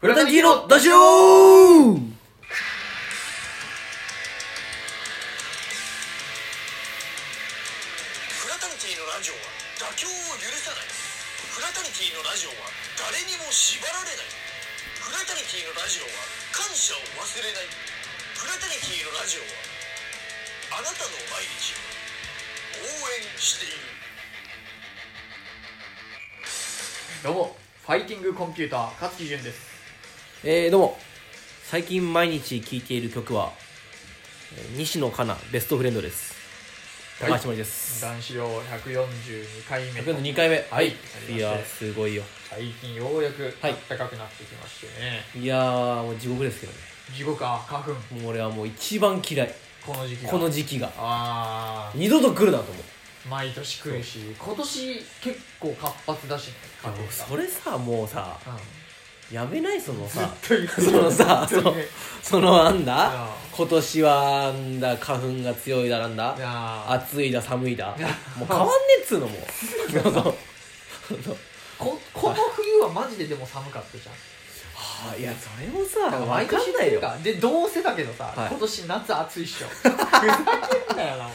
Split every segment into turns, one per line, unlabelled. フラタンキーのダジオ
フラタニティのラジオは妥協を許さないフラタニティのラジオは誰にも縛られないフラタニティのラジオは感謝を忘れないフラタニティのラジオはあなたの毎日を応援している
どうもファイティングコンピューター勝木潤です
えー、どうも。最近毎日聴いている曲は、えー西野カナ、ベストフレンドです。
はい
高橋森です。
男子用142回目
142回目。
はい
いやー、すごいよ。
最近ようやく
はい
暖かくなってきましてね、
いやー、もう地獄ですけど
地獄あ花粉
ね。もう俺はもう一番嫌い。
この時期が
この時期が。
あ
二度と来るなと思う。
あ毎年来るし今年結構活発だしね
あ
花粉
の
が
それさ、もうさ、
うん
やめないそのさ、
ずっと言
そのさ、
ず
そ
っと
の
ね、
そのなんだ
あ
今年は、なんだ、花粉が強いだなんだ
い。やー
暑いだ寒い だ
いや
もう変わんねえっつうのもうそうそうそう
ここの冬はマジででも寒かったじゃん
はあ いやそれもさ
毎
分か
年
んないよ
っていうかでどうせだけどさ、
はい
今年夏暑いっ しょふざけんなよなも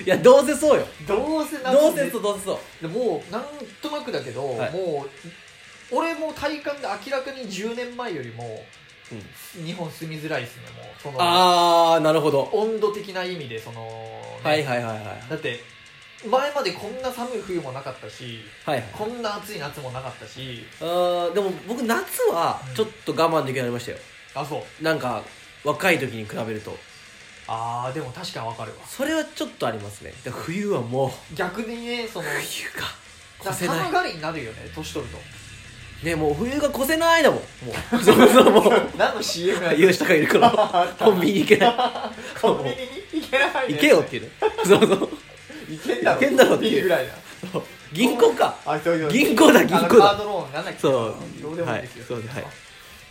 う
いやどうせそうよ
どうせ夏
どうせそうどうせそう
でもうなんとなくだけど、
はい
もう俺も体感が明らかに10年前よりも、日本住みづらいですねもうその
ああなるほど
温度的な意味でその、ね
はいはいはいはいはい
だって前までこんな寒い冬もなかったし
はい
こんな暑い夏もなかったし
あーでも僕夏は
うん
ちょっと我慢できなくなりましたよ
あそう
なんか若い時に比べると
あーでも確かにわかるわ
それはちょっとありますねで冬はもう
逆にね その
冬が越せな
寒
い
がりになるよね年取ると
ねもう冬が越せないだもんもうそうそうもう
何の CM や
言う人 がいるからコンビニ行けない
コンビニに行けない
行けよっていうねそうそう
行けんだろ
行けんだろっていう
いぐらいだ
銀行か
あそういう
銀行だ銀
あの
行
カー
だ
ドローンなんだっけ
そう
どうでもいいですよ、
はいそうはい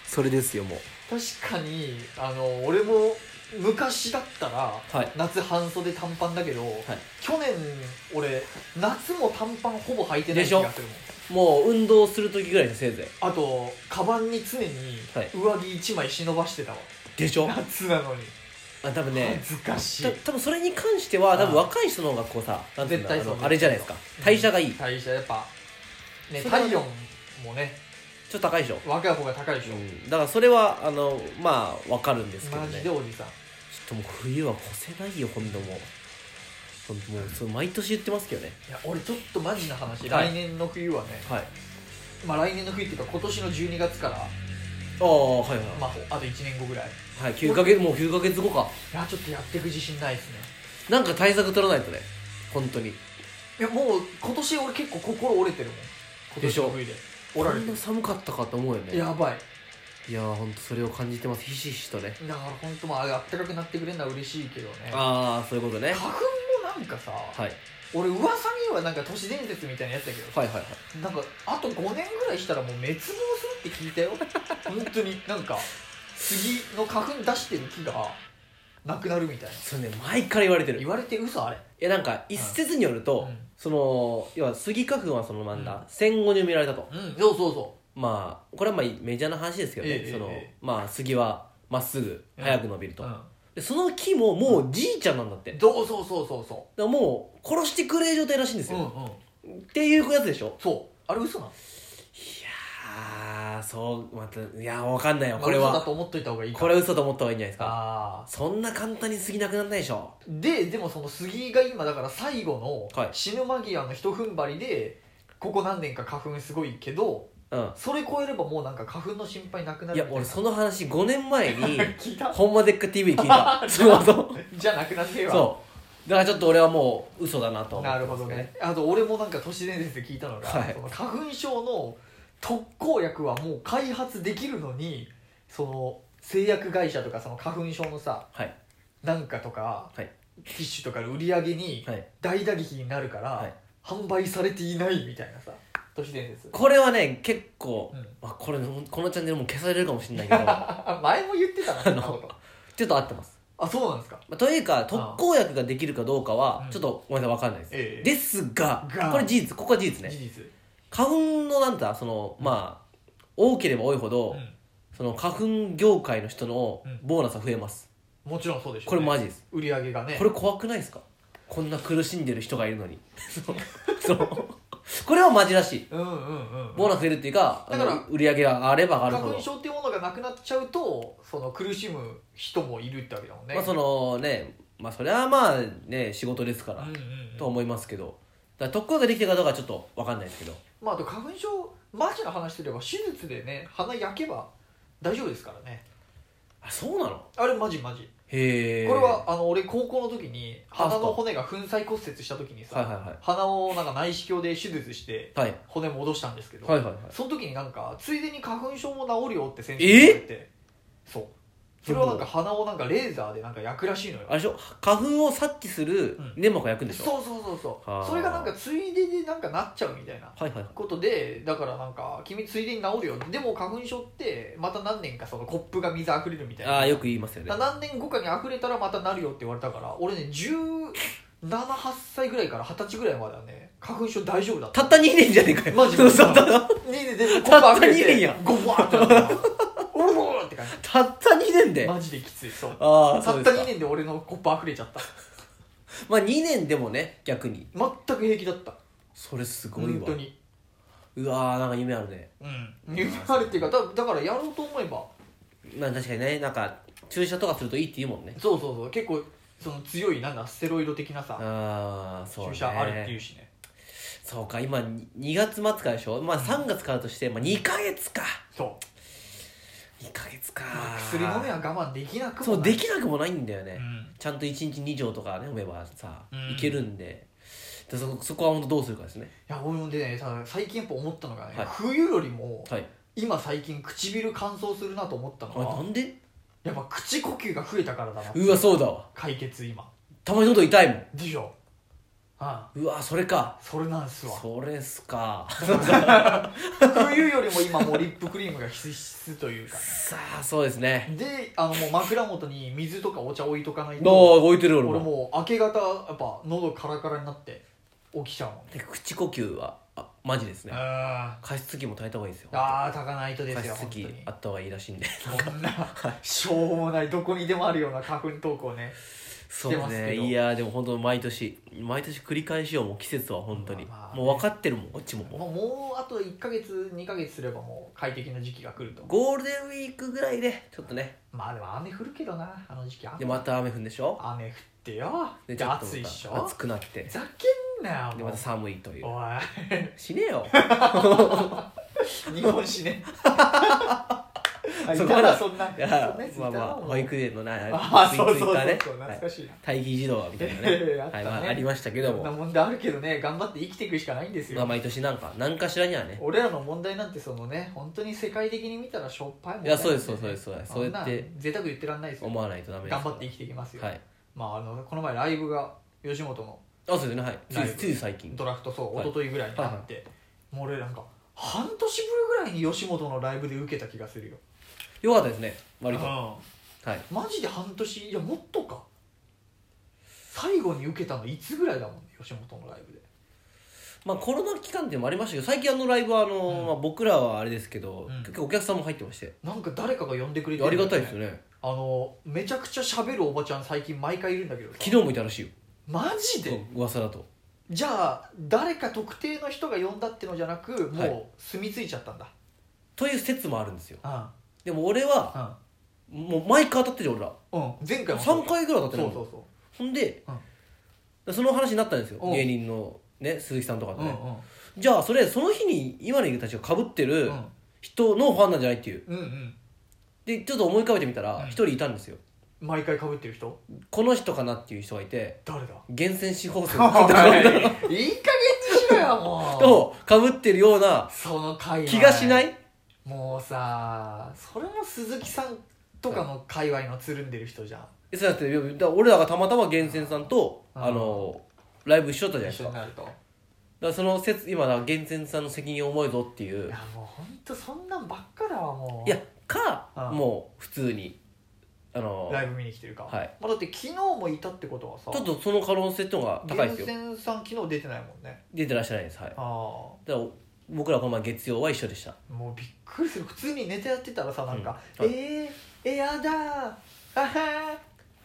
それですよもう
確かにあの俺も昔だったら、
はい
夏半袖短パンだけど、去年俺夏も短パンほぼ履いてない
で
気
しょ
がするも
も
ん
う運動する時ぐらいのせいぜい
あとカバンに常に
はい
上着一枚忍ばしてたわ、
でしょ
夏なのに
あ多分ね
恥ずかしい
た多分それに関しては多分
ああ
若い人の方がこうさなんていうんだ
絶対そう
あのあれじゃないですか代謝がいいちょ
代謝やっぱね
それは
体温もね
っと高いでしょ
若い方が高いでしょ、
うんだからそれはあのまあわかるんですけど
マ
ね
ジ
ち
で
ょっ
おじさん
ともう冬は越せないよほんともうほんともうそう毎年言ってますけどね
いや俺ちょっとマジな話、
はい
来年の冬はね
はい
まあ来年の冬っていうか今年の12月から、
ああはいはい
まあ、あと1年後ぐらいい
はい9ヶ月もう9ヶ月後か
やちょっとやっていく自信ないですね
なんか対策取らないとね本当に
いやもう今年俺結構心折れてるもん今
でし
年
ょ
の冬で
こ
折られて
んな寒かったかと思うよね
るやばい
いやーほんとそれを感じてますひしひしとね
だから本当まああったかくなってくれるのは嬉しいけどね花
ああそういうことね
粉もなんかさ、
はい
俺噂にはなんか都市伝説みたいなやつだけど
はいはいはい
なんかあと5年ぐらいしたらもう滅亡するって聞い たよ本当になんか杉の花粉出してる木がなくなるみたいな
それね前から言われてるい
言われて嘘あれ
やなんか一説によると、
うん
その要はスギ花粉はそのなんだ、
うん
戦後に埋められたと
うんそうそうそ
まあこれはまあメジャーな話ですけどね、
ええ
その
ええ
まあ杉はまっすぐ
うん
早く伸びる
う、
と、
う
でその木ももうじいちゃんなんだって、
ん、
だか
どうそうそうそうそ
らもう殺してくれる状態らしいんです
ううんう
よ、
ん
っていうやつでしょ
そうあれ嘘なの
ああそうまたいやわかんないよこれ
嘘だ
は
と思っといた方がいいか
これ嘘と思った方がいいんじゃないですか
ああ
そんな簡単に過ぎなくならないでしょ
ででもその杉が今だから最後
はい
の死ぬ間際の一踏ん張りでここ何年か花粉すごいけど
うん
それ超えればもうなんか花粉の心配なくないる
や俺その話5年前に
聞
「
いた
ほんまでっか TV」聞いたそうそう
じゃなくなってよ
そうだからちょっと俺はもう嘘だなと思って
なる
ま
ほ
す
どねあと俺もなんか都市伝説で聞いたのが、
はい
その花粉症の特効薬はもう開発できるのにその製薬会社とかその花粉症のさ
はい
なんかとか、
はい
ティッシュとかの売り上げに
はい
大打撃になるから、
はい
販売されていないみたいなさ都市伝説
これはね結構、
うん
まあ、これこのチャンネルもう消されるかもしれないけど
あ 前も言ってたなそんなこと
ちょっと合ってます、
あそうなんですか
まあ、というか特効薬ができるかどうかは
うん
ちょっとごめんなさい分かんないです、
ええ
ですが
が
これ事実ここは事実ね
事実
花粉のなんだそのまあ多ければ多いほど、
うん
その花粉業界の人の
うん
ボーナスは増えます、
もちろんそうでしょ
これマ
ジ
ジです
売り上げがね
これ怖くないですかこんな苦しんでる人がいるのにそうそうこれはマジらしい
うんうんうんうん
ボーナス増えるっていうかあの
だから
売り上げが上がれば上がるほ
花
ど
粉症っていうものがなくなっちゃうとその苦しむ人もいるってわけだもんね
まあそのねまあそれはまあね仕事ですから、
うんうんうん
と思いますけどだから特効ができてるかどうかはちょっと分かんないですけど
まああと花粉症マジな話すれば手術でね鼻焼けば大丈夫ですからね
あそうなの
あれマジマジ、
へえ
これはあの俺高校の時に
あ
鼻
そ
の
う
骨が粉砕骨折した時にさ、
はいはいはい
鼻をなんか内視鏡で手術して
はい
骨戻したんですけど、
はいはいはい
その時になんかついでに花粉症も治るよって先生が言ってそうそれはなんか鼻をなんかレーザーでなんか焼くらしいのよ
あれでしょ花粉を察知する
うん
粘膜が焼くんでしょ、
そうそうそうそ
は
う
あ
それがなんかついででなんかなっちゃうみたいな
はいはいはい
ことでだからなんか君ついでに治るよでも花粉症ってまた何年かそのコップが水あふれるみたいな
ああよく言いますよね
だから何年後かにあふれたらまたなるよって言われたから俺ね178歳ぐらいから二十歳ぐらいまではね花粉症大丈夫だった
たった2年じゃねえかよ
マジ
そうそうた
2年で
たった二年や
ゴワーってな ったおろーって感
たった2年
じ
で
マジできついそう
ああ
た
そ
っ
う
た
です
2
か
年で俺のコップあふれちゃった
まあ2年でもね逆に
全く平気だった
それすごい
本
わ
当に
うわーなんか夢あるね
うん夢あるっていうかだだからやろうと思えば
まあ確かにねなんか注射とかするといいって言うもんね
そうそうそう結構その強いなんだステロイド的なさ
ああそう、ね、
注射あるっていうしね
そうか今に2月末からでしょまあ3月からとして、まあ、2ヶ月か
そう
2ヶ月か
薬飲めは我慢できなくも
そう
ない
できなくもないんだよね、
うん
ちゃんと1日2錠とかね飲めばさ、
うん
いけるんででそこそこは本当どうするかですね
いや俺もねさ最近やっぱ思ったのがね、
はい
冬よりも
はい
今最近唇乾燥するなと思ったの
あな
は
んで
やっぱ口呼吸が増えたからだな
うわそうだわ
解決今
たまに喉痛いもん
でしょあ
うわそれか
あそれなんすわ
それっすか
冬よりも今もうリップクリームが必須というか
さあそうですね
であのもう枕元に水とかお茶置いとかない
ああ
と
置いてる俺も
俺もう明け方やっぱ喉カラカラになって起きちゃうもんね
で口呼吸はあマジですね
あ
加湿器も炊いた方がいいですよ
ーあー炊かないとで
加
すよ
湿
本当
器
に
あった方がいいらしいんで
こんなしょうもないどこにでもあるような花粉投稿ね
そう
してますけ
ね
ど
いやーでも本当毎年毎年繰り返しようもう季節は本当に、
まあまあ
もう分かってるもんこっちもも
もうもうあと1か月2か月すればもう快適な時期が来ると
うゴールデンウィークぐらいでちょっとね
まあでも雨降るけどなあの時期雨
でまた雨降るんでしょ
雨降ってよ
で
で
ちょっと
暑いっし
また
ょ
暑くなって
ふざけんなよ
で
も
ま
う
た寒いという
お
死ね よ
い日本史 ねあい
そこま
た
で
らそんない
や
そんなやついた
まあ
な
まあ
もう
保育園のな
あ
ツイ
そうそ
ツイッ
うそう
ターね
そう懐かしいな
待機児童みたいな
ええ
ね
あった
は
ね
いまあありましたけど
そんな
も
問題あるけどね頑張って生きていくしかないんです
まあ
よ
毎年なんか何かしらにはね
俺らの問題なんてそのね本当に世界的に見たらしょっぱいもん
いやそうですそうですそうですそうやって
贅沢言ってらんないですよ
思わないとダメです
頑張って生きていきますよ、
はい
まあ、あのこの前ライブが吉本の
あそうですねはいつ
ライ
い
ブ
つい最近
ドラフトそう
はい
一昨日ぐらいにあって、もう俺なんか半年ぶりぐらいに吉本のライブで受けた気がするよ
よかったですね割とは
マ
い
ジで半年いやもっとか最後に受けたのいつぐらいだもんね吉本のライブで
まあコロナ期間っていうのもありましたけど最近あのライブはあの
うん
まあ僕らはあれですけど
うん
結構お客さんも入ってまして
なんか誰かが呼んでくれて
ありがたいです
ね
よね
あのめちゃくちゃ喋るおばちゃん最近毎回いるんだけどさ
昨日もいたらしいよ
マジで、
うん噂だと
じゃあ誰か特定の人が呼んだってのじゃなくも
は
う
い
住み着いちゃったんだ、
という説もあるんですよ
うん
でも俺はもう毎回当たってるよ俺ら
うん、前回もそう
3回ぐらい当たってるも
そうんそうそ
ほんで、その話になったんですよ
うん
芸人の、ね、鈴木さんとか
う、
と
うん
ね、じゃあそれその日に今のいるたちがかぶって
うん
る
うん
人のファンなんじゃないっていう
うんうん
でちょっと思い浮かべてみた
うん
ら一人いたんですよ、
毎回かぶってる人
この人かなっていう人がいて
誰だ
厳選司法
お
選
前いい加減にしろよもう
とかぶってるような
その会話
気がしない
もうさそれも鈴木さんとかの界隈のつるんでる人じゃん
えそうだってだから俺らがたまたま厳選さんと
うん
あのライブ一緒だったじゃないですか
一緒に
だか
なるとい
らその説今だから厳選さんの責任を思うぞっていう
やもうほんとそんなんばっかだわもう
いやか、
うん
もう普通にあの
ライブ見に来てるか、
はい
まあ、だって昨日もいたってことはさ
ちょっとその可能性ってのが高いです
厳
よ
選さん昨日出てないもんね
出てらっしゃらないですはいだか
ああ
ら僕らこの前月曜は一緒でした
もうびっくりする普通にネタやってたらさなんか「
うん
えー、えやだーあはー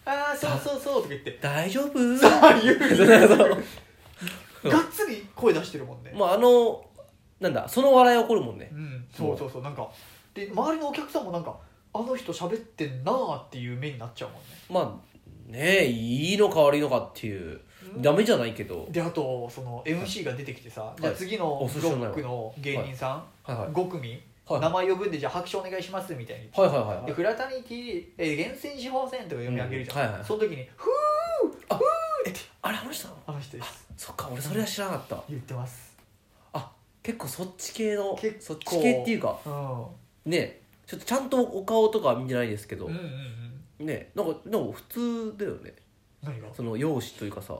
あーそうそうそう」とか言っ
「
て
大丈夫?」
ああ言う
そうそうそう
がっつり声出してるもんね、
もうあのなんだその笑い起こるもんね
うん、そうそうそうなんかで周りのお客さんもなんかあの人喋ってんなーっていう目になっちゃうもんね
まあねえいいのか悪いのかっていうダメじゃないけど
であとその MC が出てきてさ、じゃあ次の
お
ロ
寿司じゃない
ックの芸人さん、
はいはい
5組、
はい
名前呼ぶんでじゃあ拍手お願いしますみたいに、
はいはいはい
でフラタニティ、えー、厳選司法選とか読み上げるじゃん、
うんはいはい
その時に「ふう
あれあの人なの
あの人です
そっか俺それは知らなかった
言ってます
あ結構そっち系の
結構
そっち系っていうか
うんうん
ねちょっとちゃんとお顔とかは見てないですけど
うんうん
ねなんかでも普通だよね
何がい
その容姿というかさ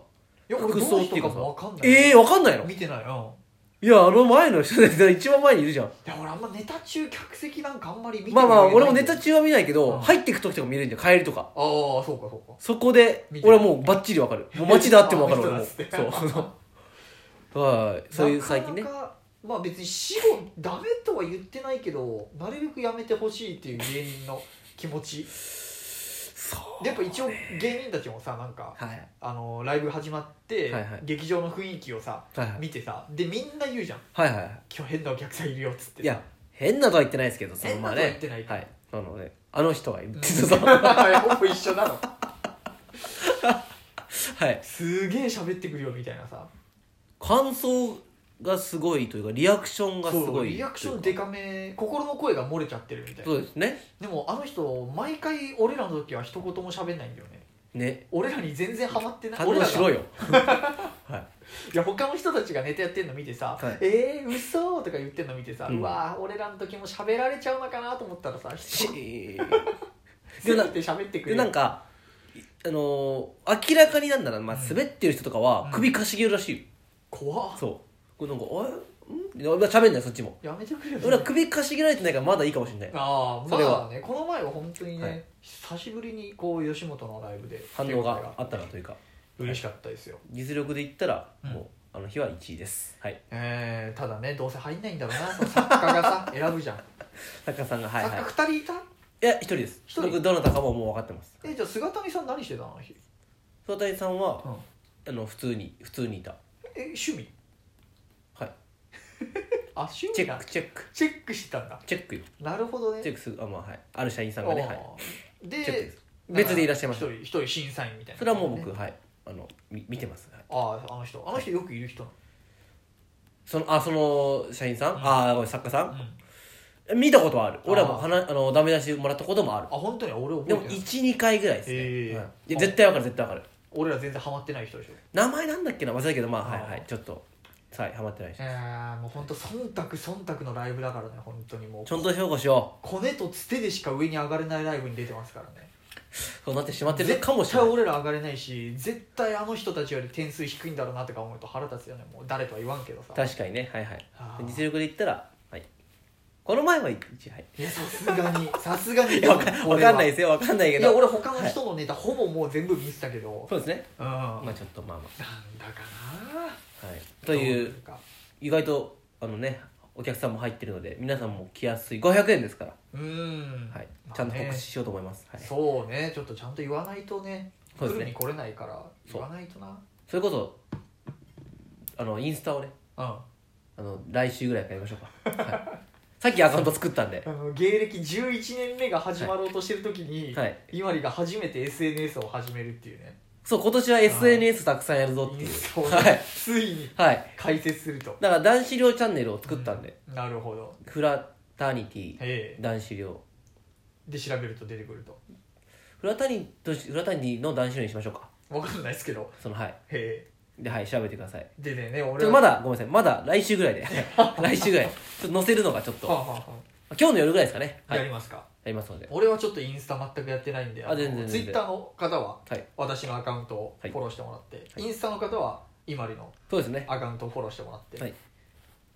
や俺
服
どの
装ってい
人
うか
か
さ
も分かんない
ええー、わかんないの
見てないよ
いやあの前の人で 一番前にいるじゃん
いや俺あんまネタ中客席なんかあんまり見て
まあまあ俺もネタ
あ
中は見ないけど、
うん
入ってく時とか見れるじゃん帰りとか
あーそうかそうか
そこで
見てる
俺はもうバッチリわ かるもう街で会ってもわかる
あ
俺
の
もう
人だ
そう
っつって
そう はいそういう最近ね
なかなかまあ別に死後ダメとは言ってないけどなるべくやめてほしいっていう芸人の気持ち
そう
でやっぱ一応芸人たちもさなんか
はい
あのライブ始まって、
はいはい
劇場の雰囲気をさ
はいはい
見てさでみんな言うじゃん
はいはい
今日変なお客さんいるよっつって
いや変なとは言ってないですけどその
変な
まあ
とは言っ
ね
てない
はいあのねあの人が言って
うん
たそう
ほぼ一緒なの
はい
すげえ喋ってくるよみたいなさ
感想がすごいというかリアクションがす
そ
ご
う
い
リアクションでかめ心の声が漏れちゃってるみたいな
そうですね
でもあの人毎回俺らの時は一言も喋んないんだよね
ね
俺らに全然ハマってない
反
俺
応
ら
しろ
がい
よはい
や他の人たちがネタやってんの見てさ「
はい
えー、嘘とか言ってんの見てさ、う
うん
わー俺らの時も喋られちゃうのかなと思ったらさ
し
せ
で
めて喋ってくれ
で
る
なんかいあのー明らかになんだろうな、まあ、滑ってる人とか
う
は
ん
首かしげるらしいよ、
怖っ
そうこれなんか「あれん?」喋んないそっちも
やめてくれよ
俺は首かしげられてないからまだいいかもしれない
ああ
それは
まあねこの前は本当にね、
はい
久しぶりにこう吉本のライブで
反応があったらというか
嬉しかったですよ、
実力で言ったら
うん
もう、あの日は1位ですはい
えー、ただねどうせ入んないんだろうなその作家が さ選ぶじゃん、
作家さんがはいはい
作家2人いた
いや一人です
一人
僕どなたかももう分かってます
えじゃあ菅谷さん何してたのあの日、
桑谷さんは、
うん、
あの普通に普通にいた
え趣味
はい
あ趣
チ
味
ェ
な
ックチェック
チェックしてたんだ
チェックよ
なるほどね
チェックするあまあはいある社員さんがねはい
あー
チェックで
です
別でいらっしゃいました
一人一人審査員みたいな
それはもう僕、はいあのみ見てます、はい
あああの人あの人よくいる人な
そのあその社員さん、
うん
ああごめん作家さ
の、
ん、見たことはある俺はもう
あー
はなあのダメ出しもらったこともある
あ本当に俺覚
で
え
も
てない
12回ぐらいですね、
へー
はいいや絶対わかる絶対わかる
俺ら全然ハマってない人でしょ
名前なんだっけな忘れたけどまあはい
あー
はいちょっとはいハマってないし
えー、もう本当忖度忖度のライブだからね本当にもう
ちょんと評価しよ
コネとツテでしか上に上がれないライブに出てますからね
うそうなってしまってるかもしれ
絶
な
対
い
俺ら上がれないし絶対あの人たちより点数低いんだろうなとか思うと腹立つよねもう誰とは言わんけどさ
確かにねはいはい
あー
実力で言ったらはいこの前は1はい
いやさすが にさすがに
いやわか わかんないですすよわかんないけ
い
ど
や俺他の人のネタ、ほぼもう全部見てたけど
そうですね
うんなん
ま
だ
あちょっとまあま
かな
あはいという
どか
意外とあのねお客さんも入ってるので皆さんも来やすい500円ですから、
うーん
はい
まあね
ちゃんと告知しようと思います、はい、そ
そうねちょっとちゃんと言わないとね
そうです
来
ね
るに来れないから
そう
言わないとな
れこそあのインスタをね
うん
あの来週ぐらいからやりましょうか、はい、さっきアカウント作ったんで
あの芸歴11年目が始まろうとしてる時に、
はい
伊万里が初めて SNS を始めるっていうね
そう今年は SNS たくさんやるぞって
イ
い
ン
う
スタをね
はい
ついに
はい
解説すると
だから男子寮チャンネルを作ったんで、
なるほど
フラタニティ
ええ
男子寮
で調べると出てくると
フラタニとしフラタニの男子寮にしましょうか
わかんないですけど
そのはい
へ
ではい調べてください
えでねね
ち
俺
ょ
は
まだごめんなさいまだ来週ぐ らいで来週ぐらいちょっと載せるのがちょっと
はあはあは
今日の夜ぐらいですかね
あ
はい
や
や
りますか
りますので
俺はちょっとインスタ全くやってないんで
あ全然全
ツイ
然
ッターの方は
はい
私のアカウントをフォローしてもらって、
はい
インスタの方は伊万里の
そうですね
アカウントをフォローしてもらって、
はい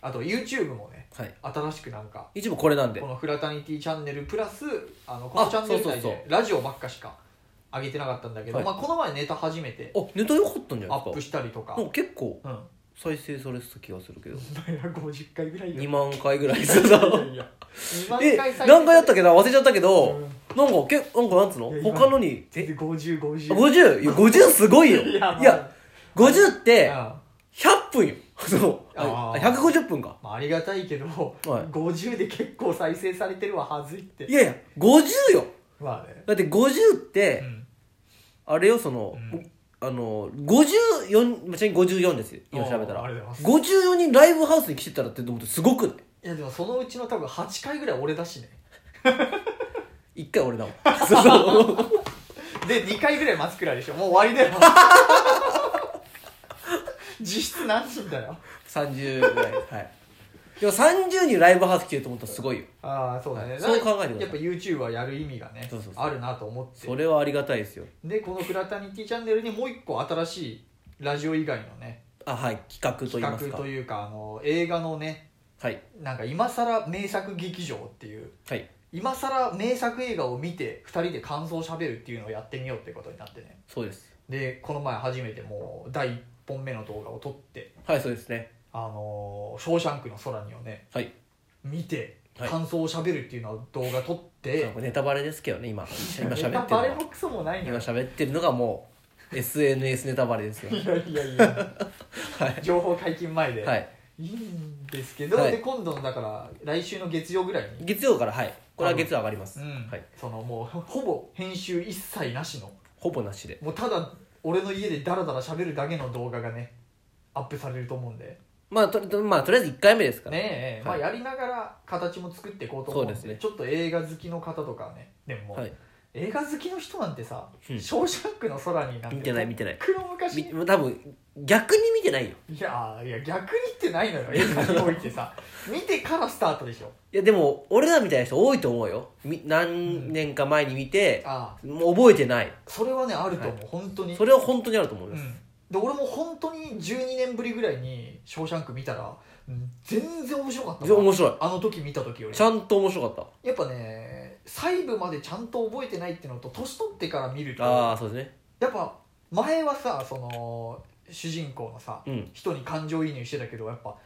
あと YouTube もね
はい
新しくなんか
一部これなんで
この「フラタニティチャンネル」プラスあのこのチャンネル
そうそ
内
うそう
でラジオばっかしか上げてなかったんだけど、
はい
まあ、この前ネタ初めて
あネタ良かったんじゃない
アッ
で
プ
す
したりとか
か、なんか結構
うん、
再生されてた気がするけど
50回ぐらい
2
よ
万回ぐらいそうそう
いやいや2万
え
回再生
何回だったっけな忘れちゃったけど、
うん
なんかけなんかなんつうの
いや今
他のにえ
で5050
50? いや50すごいよい
いやま
や
あ
50って
あ
100分よ そうあ
あー
150分か
まあ、ありがたいけど、
い
50で結構再生されてるははずいって
いやいや50よ
まあね、
だって50って、
うん
あれよその、
うん
あの54まあちなみに54ですよ今調べた
あー
ら
ありがとうござい
54人ライブハウスに来てたらって思ってすごくない
やでもそのうちの多分8回ぐらい俺だしね
い一回俺だもん そう
で2回ぐらい松倉でしょもう終わりだ よ実質何人だよ
30ぐらいはいでも30人ライブハウス来てると思ったらすごいよ
ああそうだね
そう考えてください
やっぱ YouTube はやる意味がね
そうそうそう
あるなと思って
それはありがたいですよ
でこの「フラタニティチャンネル」にもう一個新しいラジオ以外のね
あはい企画と言いま
企
す
画
か
というかあの映画のね
はい
なんか今更名作劇場っていう
はい
今更名作映画を見て2人で感想をしゃべるっていうのをやってみようってことになってね
そうです
でこの前初めてもう第1本目の動画を撮って
はいそうですね
「あのーショーシャンクの空に」をね
はい
見て
はい
感想をしゃべるっていうのを動画撮って、
ネタバレですけどね今今喋ってるの
ネタバレも
は
クソもないの
今
よ
喋ってるのがもう SNS ネタバレですよ
いやいやいや
はい
情報解禁前で、、
はいい
いんですけど、
はい
で今度のだから来週の月曜ぐらいに、
月曜からはいこれは月曜上がります、
うん
はい、
そのもうほほぼ編集一切なしの
ほぼなしで
もうただ俺の家でダラダラ喋るだけの動画がねアップされると思うんで
まあと,、まあ、とりあえず1回目ですから、
ねえ、
はい
まあやりながら形も作っていこうと思うんで
そうですね
ちょっと映画好きの方とかねでも、
はい、
映画好きの人なんてさ「
うん
ショーシャンクの空に」なんて
見てない見てない
とっくの昔
み多分逆に見てないよ
いやーいや逆にってな いのよ映画においてさ見てからスタートでしょ
いやでも俺らみたいな人多いと思うよみ何年か前に見て、
ああ
もう覚えてない
それはねあると思
は
う、本当に
それは本当にあると思います、
うんで俺も本当に12年ぶりぐらいに「ショーシャンク」見たらうん全然面白かった
面
い
白い
あの時見た時より
ちゃんと面白かっ
やっぱね細部までちゃんと覚えてないっていうのと年取ってから見ると
たああそうですね
やっぱ前はさその主人公のさ
うん
人に感情移入してたけどやっぱ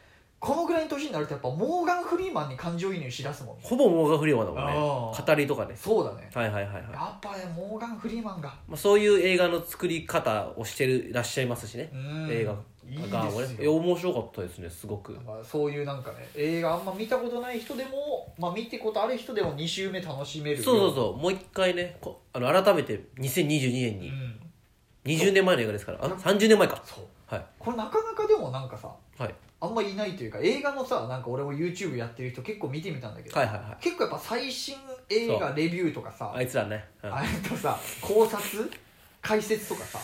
このぐらいの年になるとやっぱモーガン・フリーマンに感情移入しだすもんね
ほぼモーガン・フリーマンだもんね
あー
語りとかです
そうだね
はいはいはいはい、ま
やっぱねモーガン・フリーマンが
あ、そういう映画の作り方をしてるらっしゃいますしね
うん
映画
いい
が
で
俺
す
いや
よ
面白かったですねすごく
なんかそういうなんかね映画あんま見たことない人でも、まあ、見てことある人でも2週目楽しめる
そうそう
う
そうもう一回ねこあの改めて2022年に
ん、
20年前の映画ですからあ30年前か
そう
はい
これなかなかでもなんかさ
はい
あんまいないというか映画のさなんか俺も YouTube やってる人結構見てみたんだけど、
はいはいはい
結構やっぱ最新映画レビューとかさ
あいつらね、うん
あれとさ考察解説とかさ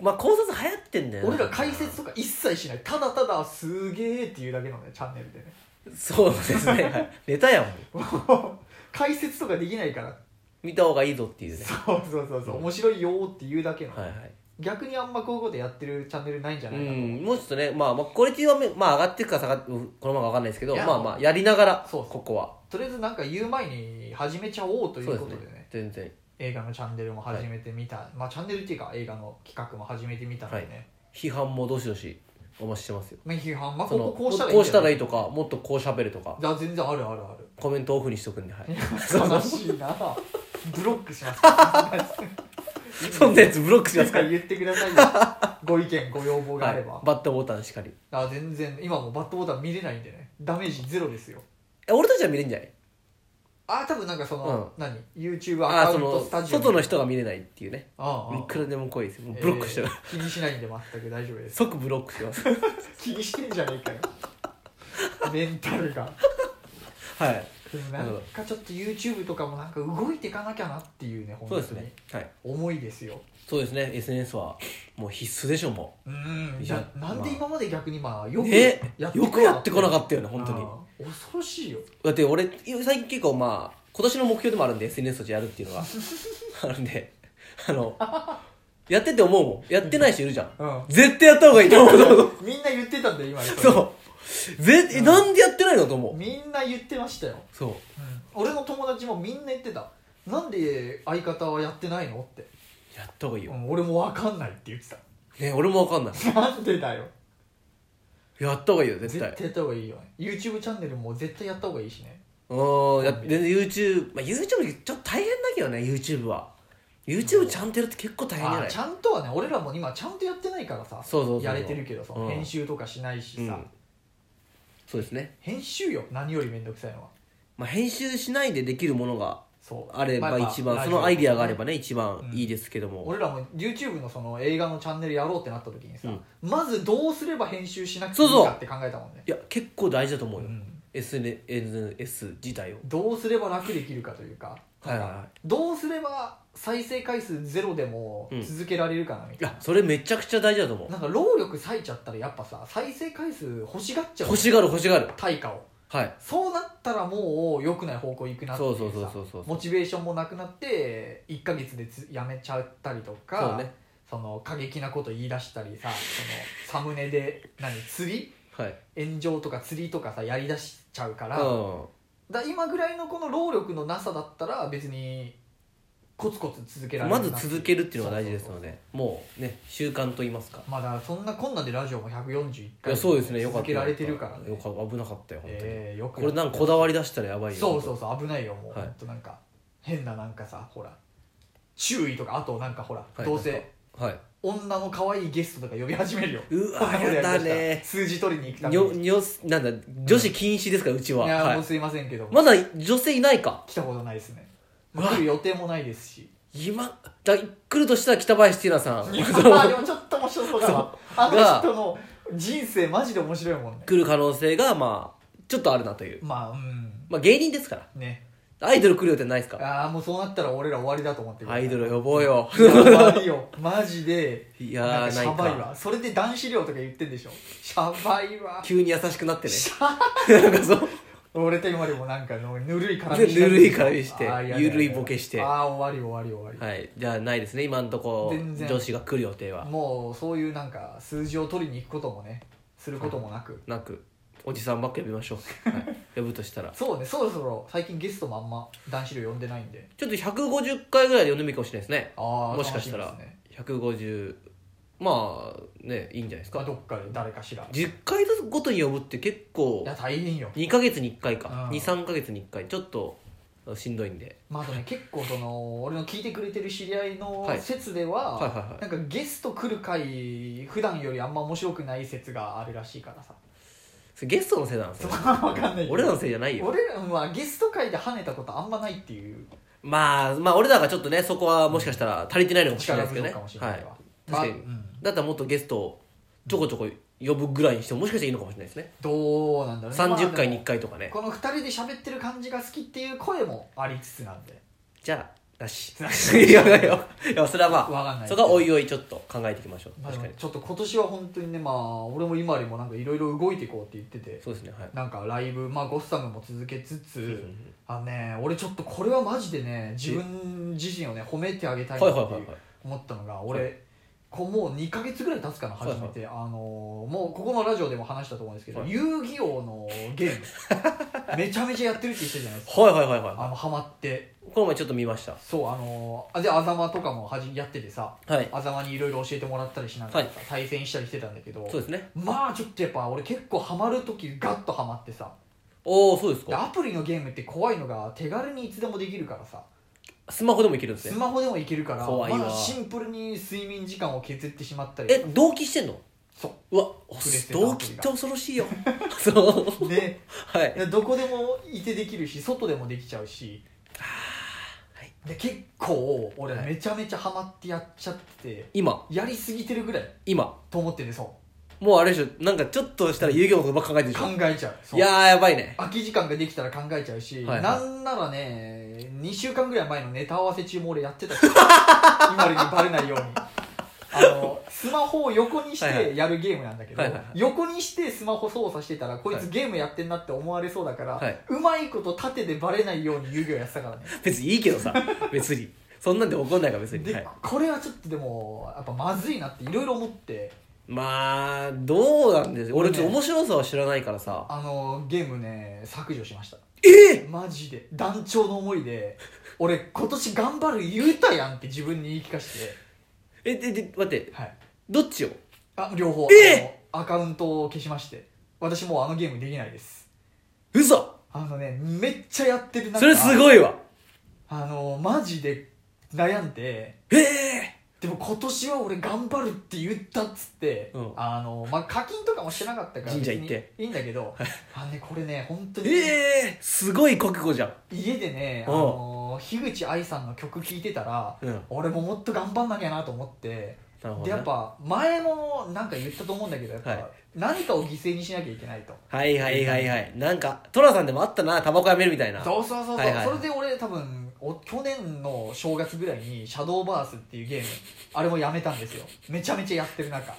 まあ考察流行ってんだよな
俺ら解説とか一切しないただただすげえっていうだけのねチャンネルでね
そうですねはいネタやもん
解説とかできないから
見た方がいいぞっていうね
そうそうそうそう面白いよーっていうだけの、
はいはい
逆にあんまこういうことやってるチャンネルないんじゃ
う
ないかな、
んもうちょっとねまあまあクオリティはめまあ上がっていくか下がってうんこのままわかんないですけど
いや
まあまあやりながら
そうそう
ここは
とりあえずなんか言う前に始めちゃおうとい
そう
う
です
ことでね
ね全然
映画のチャンネルも始めてみた、まあチャンネルっていうか映画の企画も始めてみたんでね、
批判もどしどしお待ちしてますよ
まあ批判まあ
そ
こ
の
ここうしたらいい
こ
ん
う
じ
し
ゃ
た
な
ら
い
いいとかもっとこう喋るとか
だ全然あるあるある
コメントオフにしとくんではい
悲しいなブロックしますから
そんなやつブロックし ますから
言ってくださいよ ご意見ご要望があれば、
はい、バットボタンしかり
あ全然今もうバットボタン見れないんでねダメージゼロですよ
え俺たちは見れんじゃない
あー多分なんかその、何 YouTube
あ
ア
あ
カ
そ
ウント
の
スタジオ
外の人が見れないっていうね
ああああ
いくらでも来いですよもうブロックしてる、
えー気にしないんで全く大丈夫です
即ブロックしてます
気にしてんじゃねえか よメンタルが
はい
でもなんかちょっと YouTube とかもなんか動いていかなきゃなっていうね本
そう
当に
ですねはい
重いですよ
そうですね SNS はもう必須でしょも
うん
い
じ
や
ゃなんで今まで逆にまあよ
う
く
ね
やって
よくやってこなか
っ
ったよね
た
本当に
に恐ろしいよ
だって俺最近結構まあ今年の目標でもあるんで SNS とやるっていう のがあるんであのやってて思うもんやってない人いるじゃん
うん
絶対やった方がいいと思う
みんな言ってたんだよ今そ れ
そうぜ、えなんでやってないのと思う
みんな言ってましたよ
そう
俺の友達もみんな言ってたなんで相方はやってないのって、
やった方がいいよ
う、ん俺もわかんないって言って
ね俺もわかんない
たなんでだよ
やった方がいいよ絶
絶
対
対やった方がいいよね YouTube チャンネルも絶対やった方がいいしね
うんや全然 YouTube、まあ、YouTube ちょっと大変だけどね YouTube は YouTube チャンネルって結構大変じゃ
あ
な
ー
い
ちゃんとはね俺らも今ちゃんとやってないからさ
そうそうそう
やれてるけどさ、
うん
編集とかしないしさ、
うんそうですね、
編集よ何よりめんどくさいのは
まあ、編集しないでできるものが
そう
あれば一番、
まあ
そのアイディアがあれ
ラジ
ばね一番いいですけども、
オ俺らも YouTube のその映画のチャンネルやろうってなった時にさ、
うん
まずどうすれば編集しなくてい
そう
い
そう
かって考えたもんね
いや結構大事だと思うよ、
うん
SNS 自体を
どうすれば楽できるかというか
はいはいはい
どうすれば再生回数ゼロでも
うん
続けられるかなみ
い
たい
や
な、
それめちゃくちゃ大事だと思う
なんか労力割いちゃったらやっぱさ再生回数欲しがっちゃう
欲しがる欲しがる
対価を
はい
そうなったらもう良くない方向行くなってい
そうそう
さ
そうそうそう
モチベーションもなくなって1か月でつやめちゃったりとか
そうね
その過激なこと言い出したりさそのサムネで何釣り
はい
炎上とか釣りとかさやりだしちゃうから,、
うん
だ今ぐらいのこの労力のなさだったら別にコツコツ続けられる
ま
な
ず続けるっていうのが大事です
そう
の
そう
でもうね習慣と言いますか
そうまあだからそんなこんなでラジオも141
い
回
やそうですねよかった
続けられてるからね
よか危なかったよ本当に、
ええよく
これなんかこだわり出したらやばいよ
そうそうそう危ないよもう、
はい
ほんとなんか変ななんかさほら注意とかあとなんかほら、
はい
どうせ
はい
女の可愛いゲストとか呼び始めるよ
うわ
こんなことやりだしたら
やだね
数字取りに行くため
にょ
に
にょなんだ女子禁止ですからうちは、
いや、
は
もう
い、
すいませんけど、
まだ女性いないか
来たことないですね
うわ
来る予定もないですし
今だ来るとしたら北林ティナさん
いや
その
でもちょっと面白そうだなあの人の人生マジで面白いもんね
来る可能性がまあちょっとあるなという
まあうん
まあ芸人ですから
ね
アイドル来る予定ないですから
ああもうそうなったら俺ら終わりだと思ってくだ
ア
さい
イドル呼ぼうよ
やばいよマジで
い
な
や
ん
ー
か
な
シ
い
ャバい
か
わそれで男子寮とか言ってんでしょシャバいわ
急に優しくなってね
シ
なんかそう
俺と今でもなんかのぬるい絡み
ぬるい絡みして
あーやだやだ
ゆるいボケして
ああ終わり終わり終わ
はいじゃあないですね今んとこ
全然
女子が来る予定
り
は
もうそういうなんか数字を取りに行くこともねすることもなく
なくおじさんばっか呼びましょう、はい、呼ぶとしたら
そうねそろそろ最近ゲストもあんま男子寮呼んでないんで
ちょっと150回ぐらいで呼んでもいいかもしれないですね
ああ
もしかしたら150まあねいいんじゃないですか
どっかで誰かしらい
10回ごとに呼ぶって結構
や大変よ
2ヶ月に1回か
うん
23ヶ月に1回ちょっとしんどいんで
まああとね結構その俺の聞いてくれてる知り合いの
はい
説では、
はいはいはい
なんかゲスト来る回普段よりあんま面白くない説があるらしいからさ
それゲストのせいなんですよ
分かんないけど
俺らのせいじゃないよ
俺らはゲスト会で跳ねたことあんまないっていう
まあまあ俺らがちょっとねそこはもしかしたら足りてないのかもしれな
力
いです
不
けど
足
ね
かもしれ
は
ない
い
わ、
確かに
まあうん
だったらもっとゲストをちょこちょこ呼ぶぐらいにしてももしかしたらいいのかもしれないですね
どうなんだろうね
30回
まあで
に
も
1回とかね
この2人で喋ってる感じが好きっていう声もありつつなんで
じゃあなし いやいやいやいやそれは
わかん
ま
な
あ
い
そこはおいおいちょっと考えていきましょう
まあ、
確か
でも
に
ちょっと今年は本当にねまあ俺も今よりもなんかいろいろ動いていこうって言ってて
そうですねはい
なんかライブまあゴッサムも続けつつ、
うんうん
あのね俺ちょっとこれはマジでね自分自身をね褒めてあげたいな
はい
っ
はい
て
はいいうはい
思ったのが
は
俺こうもう2か月ぐらい経つかな初めて、あのーもうここのラジオでも話したと思うんですけど、
はい
遊戯王のゲー ムめちゃめちゃやってるって言ってたじゃないですか
はいはいはい
あ
は
のハマって
いこの前ちょっと見ました
そうあのーあであざまとかもはじやっててさ
はい
あざまにいろいろ教えてもらったりしながらさ
は
対戦したりしてたんだけど
そうですね
まあちょっとやっぱ俺結構ハマる時ガッとハマってさ
おおそうです
で
か
アプリのゲームって怖いのが手軽にいつでもできるからさ
スマホでもいけるんです
ス
ね
マホでもいけるから
怖いわ
まだシンプルに睡眠時間を削ってしまったり
え同期してんの
そう
わ
触れてた
同期って恐ろしい よそう
うで
はい
どこでもいてできるし外でもできちゃうし
はい
で結構俺
はい
めちゃめちゃハマってやっちゃって
今
やりすぎてるぐらい
今
と思ってねそう
もうあれでしょなんかちょっとしたら遊戯王のことばっか考えてるでし
考
ょ
えちゃうそ
い
う
やーやばいね
空き時間ができたら考えちゃうし、
はいはい
なんならね2週間ぐらい前のネタ合わせ中も俺やってたし 今よりバレないようにあのスマホを横にし
はいは
てやるゲームなんだけど、
はいはいはい
横にしてスマホ操作してたらこい
は
つ
い
ゲームやってんなって思われそうだから、
はいう
まいこと縦でバレないように遊戯をやってたからね
別にいいけど さ別にそんなんで怒んないから別に、
で、
はい、
これはちょっとでもやっぱまずいなっていろいろ思って
まあどうなんです俺ちょっと面白さは知らないからさ
あのゲームね削除しました
え
マジで団長の思いで俺今年頑張る言うたやんって自分に言い聞かせて
えでで待って
はい
どっちを
あ両方
え
あのアカウントを消しまして私もうあのゲームできないです
嘘
あのねめっちゃやってるなんか
それす
い
ごいわ
あのマジで悩んで
ええ
でも今年は俺頑張るって言ったっつって、
うん
あのまあ、課金とかもしてなかったから
神社行って
別にいいんだけどあの、ね、これね本当に
ええすごい覚悟じゃん
家でね、あ
うん
の樋口愛さんの曲聴いてたら
うん
俺ももっと頑張んなきゃなと思って
なるほど、ね、
でやっぱ前もなんか言ったと思うんだけどやっぱ、
はい
何かを犠牲にしなきゃいけないと
はいはいはいはいなんかトラさんでもあったなタバコやめるみたいな
そうそうそうそう、
はいはい
それで俺多分お去年の正月ぐらいに「シャドーバース」っていうゲームあれもやめたんですよめちゃめちゃやってる中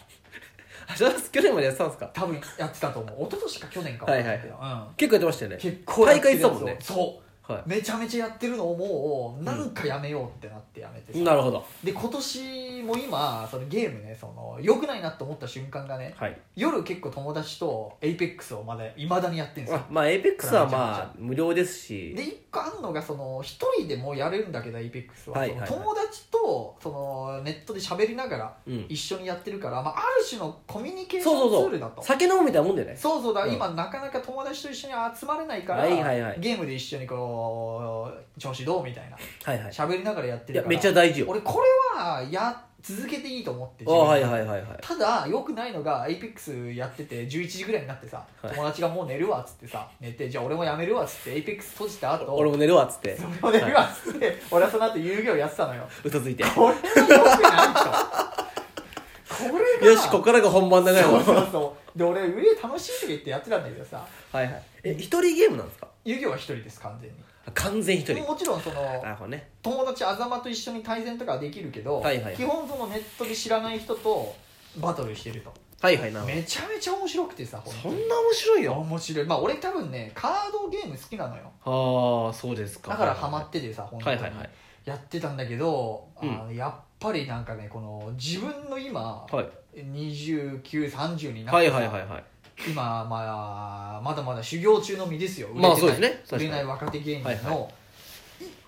あそうです去年までやってたんですか
多分やってたと思う一昨年か去年か分かんないけど、うん
結構やってましたよね
結構やってるやつを
大会行ってたもんね
そ
は
うめちゃめちゃやってるのをもうなんかやめようってなってやめてさ、
いなるほど
で今年も今そのゲームねその良くないなと思った瞬間がね
はい
夜結構友達とエイペックスをまだいまだにやってるんですよ
あまあエイペックスはまあ無料ですし
で一個あんのがその一人でもうやれるんだけどエイペックスは、
はいはいはい
その友達とそのネットで喋りながら
うん
一緒にやってるから、まあ、ある種のコミュニケーショ
そう
ン
そ
ツー
う
ル
そ
だ
う
と
酒飲むみたいなもんだよね
そうそうだ、
うん
今なかなか友達と一緒に集まれないから、
はいはいはい
ゲームで一緒にこう調子どうみたいな
はいはい
喋りながらやって
い
る
や
から
めっちゃ大事よ
俺これはや続けていいと思って
あはい
自
は
分で
いはいはい
ただよくないのが APEX やってて11時ぐらいになってさ、
はい
友達がもう寝るわっつってさ寝てじゃあ俺もやめるわっつって APEX 閉じた後
俺も寝るわっつって
俺も寝るわっつって、俺はその後遊戯をやって たのよ
嘘ついて
これはよくないとこれが
よしここからが本番だね
そ
も
う
う
そうそうで俺上楽しい時ってやってたんだけどさ
はいはいえ一人ゲームなんですか
遊戯は一人です完全に
あ完全一人
もちろんその
なるほどね
友達あざまと一緒に対戦とかはできるけど、
はいはい
基本そのネットで知らない人とバトルしてると
はいはいなるほど
めちゃめちゃ面白くてさ本
そ
当に
んな面白いよ
面白いまあ俺多分ねカードゲーム好きなのよ
ああそうですか
だからハマっててさ本当
はい
に
はいはい
やってたんだけど、
うん
あのやっぱりなんかねこの自分の今、
はい
2930になっ
は
て
い
さ
はいはいはい
今、まあ、まだまだ修行中の身ですよ売れてない,、
まあそうですね
売
確
れ
か
ない
に
若手芸人の、
はいは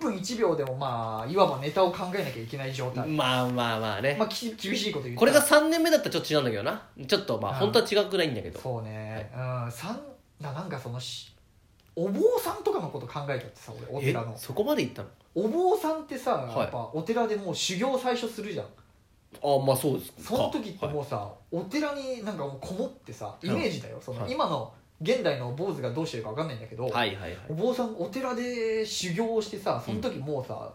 1分1秒でもまあいわばネタを考えなきゃいけない状態、
まあまあまあね
まあ、き厳しいこと言った
これ
ら
が3年目だったらちょっと違うんだけどなちょっとまあ
うん
本当は違くないんだけど
そうね、うんさんななんかそのしお坊さんとかのこと考えちゃってさ俺お
え
寺の
そこまでいったの
お坊さんってさ、
い
やっぱお寺でもう修行最初するじゃん
ああまあそうですか
その時って
はい
もうさ、お寺になんかもうこもってさイメージだよその、
はい
今の現代の坊主がどうしてるか分かんないんだけど、
はいはいはい
お坊さんお寺で修行をしてさその時もうさ、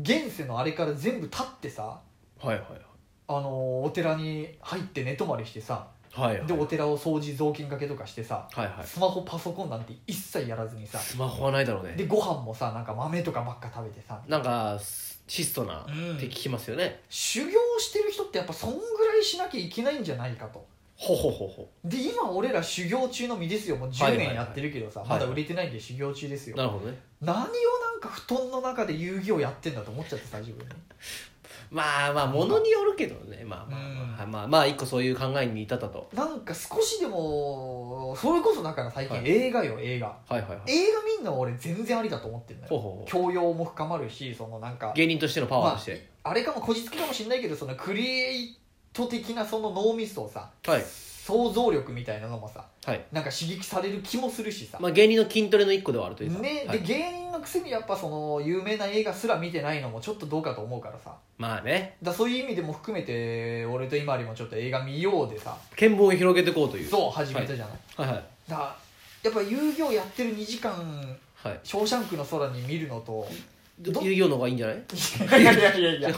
現世のあれから全部立ってさ
はいはい
あのーお寺に入って寝泊まりしてさ
はいはい
でお寺を掃除雑巾掛けとかしてさ
はいはい
スマホパソコンなんて一切やらずにさ
スマホはないだろう
で
ね
ご飯もさなんか豆とかばっか食べてさ
なんかす質素なっ
うん
て聞きますよね
修行してる人ってやっぱそんぐらいしなきゃいけないんじゃないかと
ほほほほ
で今俺ら修行中の身ですよもう
はい
10
はいは
年
い
やってるけどさ、
はいはい
まだ売れてないんで修行中ですよ、
なるほどね
何をなんか布団の中で遊戯をやってんだと思っちゃってさ自分に
まあまあものによるけどねまあまあまあまあまあ一個そういう考えに至ったと
なんか少しでもそれこそだから最近
はい
映画よ映画
はいはいはい
映画見んのは俺全然ありだと思ってるの
ほう
よ
ほうほ
教養も深まるしそのなんか
う芸人としてのパワーとして
あれかもこじつけかもしれないけどそのクリエイト的なその脳みそをさ
はい
想像力みたいなのもさ
はい
なんか刺激される気もするしさ、
まあ芸人の筋トレの一個ではあるというか
ね
はい
で芸人のくせにやっぱその有名な映画すら見てないのもちょっとどうかと思うからさ
まあね
だそういう意味でも含めて俺と今よりもちょっと映画見ようでさ
見聞を広げていこうという
そう始めたじゃない、
はいはい
だからやっぱ遊戯をやってる2時間
はい
「ショーシャンクの空」に見るのとど
遊戯王の方がいいんじゃない
いやいやいやい や遊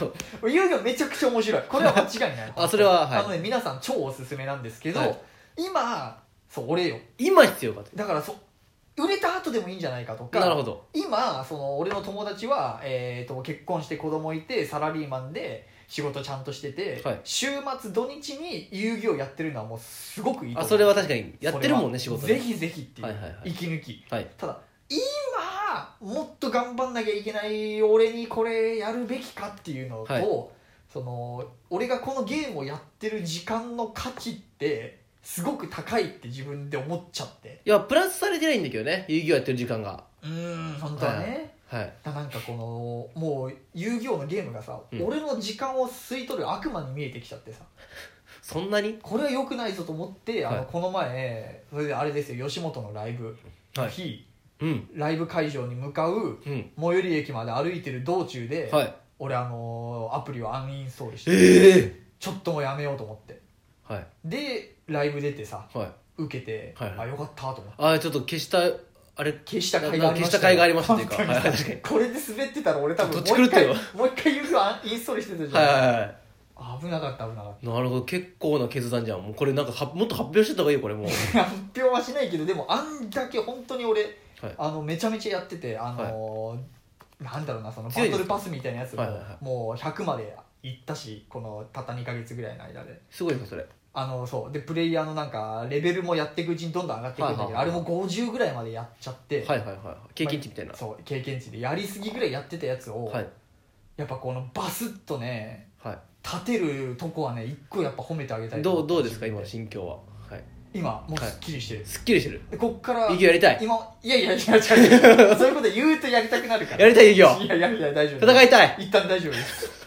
戯はめちゃくちゃ面白いこれは間違いない
あそれははい
あのね皆さん超おすすめなんですけど、
はい
今そう俺よ
今必要かと
だからそ売れた後でもいいんじゃないかとか
なるほど
今その俺の友達は、えー、と結婚して子供いてサラリーマンで仕事ちゃんとしてて、
はい
週末土日に遊戯をやってるのはもうすごくいいと
あ
思う
それは確かにやってるもんね仕
それは
事
ぜ
ね
ひぜひっていう、
はいはいはい
息抜き
はい
ただ今もっと頑張んなきゃいけない俺にこれやるべきかっていうのと、
はい
その俺がこのゲームをやってる時間の価値ってすごく高いって自分で思っちゃって
いやプラスされてないんだけどね遊戯王やってる時間が
うん本当はね、
はい
だなんかこのもう遊戯王のゲームがさ、
うん
俺の時間を吸い取る悪魔に見えてきちゃってさ
そんなに
これは良くないぞと思ってあの、
はい
この前それであれですよ吉本のライブの日、
うん
ライブ会場に向かう
うん
最寄り駅まで歩いてる道中で、
はい
俺あのーアプリをアンインストールして、
え
ちょっともうやめようと思って
えはい
でライブ出てさ
はい
受けて、
はいはい
あよかったと思って
ああちょっと消したあれ
消した甲斐がありまし
消した
た
甲斐がありましたっていうか
本当に
はいはい確かに
これで滑ってたら俺多分
ど
も
っ
う
ち狂っ
一
て
回
る
も
わ
う一回 YouTube アンインストールしてたじゃ
は
ん、
いはいはい
危なかった危なかっ
なるほど結構な決断じゃんもうこれなんかはもっと発表してた方がいいよこれもう
た発表はしないけどでもあんだけ本当に俺
はい
あのめちゃめちゃやっててあのーなんだろうなそのバ
強いで
ト
す
ルパスみたいなやつも、
はいはいは
もう100まで行ったしこのたった2か月ぐらいの間です
ごいですかそれ
あのそうでプレイヤーのなんかレベルもやっていくうちにどんどん上がっていくんだけど、
はいはいはい
あれも50ぐらいまでやっちゃって、
はいはいはいはい経験値みたいな、
そう経験値でやりすぎぐらいやってたやつを、
はい
やっぱこのバスッとね
は
立てるとこはね一個やっぱ褒めてあげたい
い
と思
ど
っ
うどうで
て
すか今の心境ははい
今もうすっきりしてる、
すっきりしてる
でこっから
営業やりたい
今いやいやいや違 う違うそういうこと言うとやりたくなるから
やりたい営業
いやいやいや大丈夫
戦いたい
一旦大丈夫です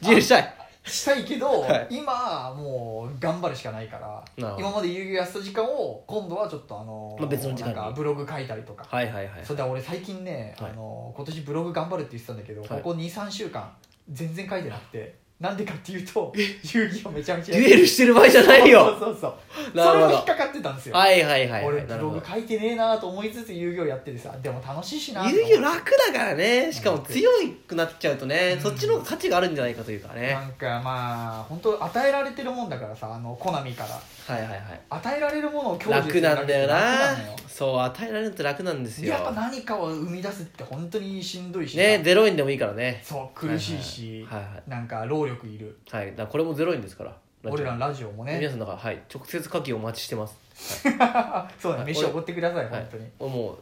自由したい
したいけど、
はい
今もう頑張るしかないから
なるほど
今まで遊戯やってた時間を今度はちょっとあの、
まあ別の時間に
なんかブログ書いたりとか、
はいはいはい
それで俺最近ね、
はい
あの今年ブログ頑張るって言ってたんだけど、
はい
ここ23週間全然書いてなくてなんでかっていうと遊戯をめちゃめち
デ
ゃ
ュエルしてる場合じゃないよ
そうそうそうそう
な
そ
る
れ
ほど
も引っかかってたんですよ、
はいはいはいは
俺
い
ブ
なる
ロ
ほ
グ
ど
書いてねえなと思いつつ遊戯をやっててさでも楽しいしなと思
遊
って
戯楽だからねしかも強くなっちゃうとね、
うん
そっちの方が価値があるんじゃないかというかね
なんかまあ本当与えられてるもんだからさあのコナミから
はいはいはい
与えられるものを享受
楽
する
なんだよな
楽なのよ
そう与えられると楽なんですよ
やっぱ何かを生み出すって本当にしんどいしさ
ね0円でもいいからね
そう苦しいし、
はいはいはい
なんか労力いる
はいだからこれも0円ですからラジオ
俺らのラジオもね
皆さんだからはい直接課金お待ちしてます
そうだね、
はい
飯おごってくださ
は
い、
い
本当に。
も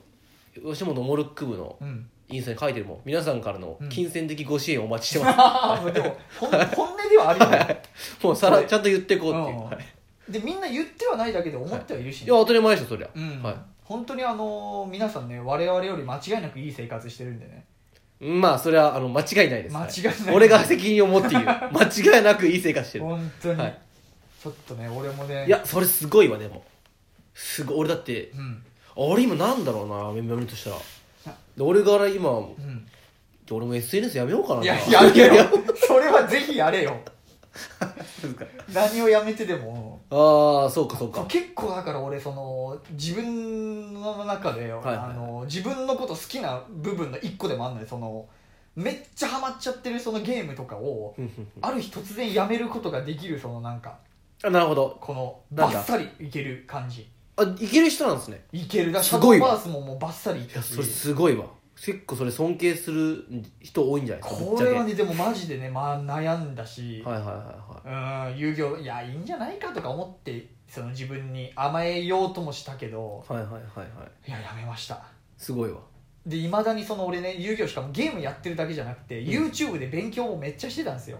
う吉本モルック部の
うん。
インスタに書いてるもん皆さんからの
うん
金銭的ご支援お待ちして ます、
ああ、でも、ほん本音ではあるよね。
もうさら
はい
ちゃんと言ってこうっていう、
うん
はい、
で、みんな言ってはないだけで思ってはいるし
い
ね、
や当たり前でしょそりゃ、
うん。
はい
本当にあのー皆さんね、我々より間違いなくいい生活してるんでね。
まあそれはあの間違いないです
間違いない
は俺が責任を持って 言う間違いなくいい生活してる
本当に、
はい
ちょっとね、俺もね。
い、やそれすごいわでもすごい俺だって
うん。
俺今なんだろうなメモるとしたらで俺から今
うん。
俺も SNS やめようかない
いや、やれよ
や。
それはぜひやれよ。
そうか
何をやめてでも。
ああそうかそう
そ
か
う結構だから俺その自分の中で、
はいはい
あの自分のこと好きな部分の一個でもあんのよそのめっちゃハマっちゃってるそのゲームとかを
うんうんうん
ある日突然やめることができるそのなんか
あなるほど
この
な
バ
んだ
ッサリいける感じ
あいける人なんですね
いけるだ
す
シャ
ご
ド
い
ー
わ
バースももうバッサリいっ
いや
たし
それすごいわ結構それ尊敬する人多いんじゃないですかぶっ
こ
ちゃ
れ
け
はねでもマジでね、まあ、悩んだし、
はいはいは
うん遊戯王いやいいんじゃないかとか思ってその自分に甘えようともしたけど
いはいはいはいはいはい
いややめました
すごいわ
でいまだにその俺ね遊戯王しかもゲームやってるだけじゃなくて、YouTube で勉強もめっちゃしてたんですよ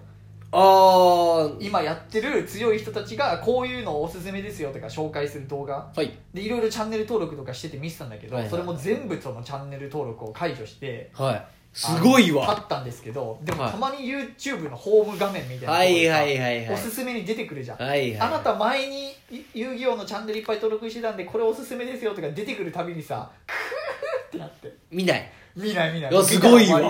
ああは
今やってる強い人たちがこういうのおすすめですよとか紹介する動画
い
でいろいろチャンネル登録とかしてて見てたんだけど、
はいはい
それも全部そのチャンネル登録を解除して
はいすごい
あ
わ
ったんですけどでも
はい
たまに YouTube のホーム画面みたいなところ
は
で
い
さ
はいはいはい
おすすめに出てくるじゃん、
はいはい
あなた前にい遊戯王のチャンネルいっぱい登録してたんでこれおすすめですよとか出てくるたびにさクーってなって
見ない
見ない見ない
いやすごいわ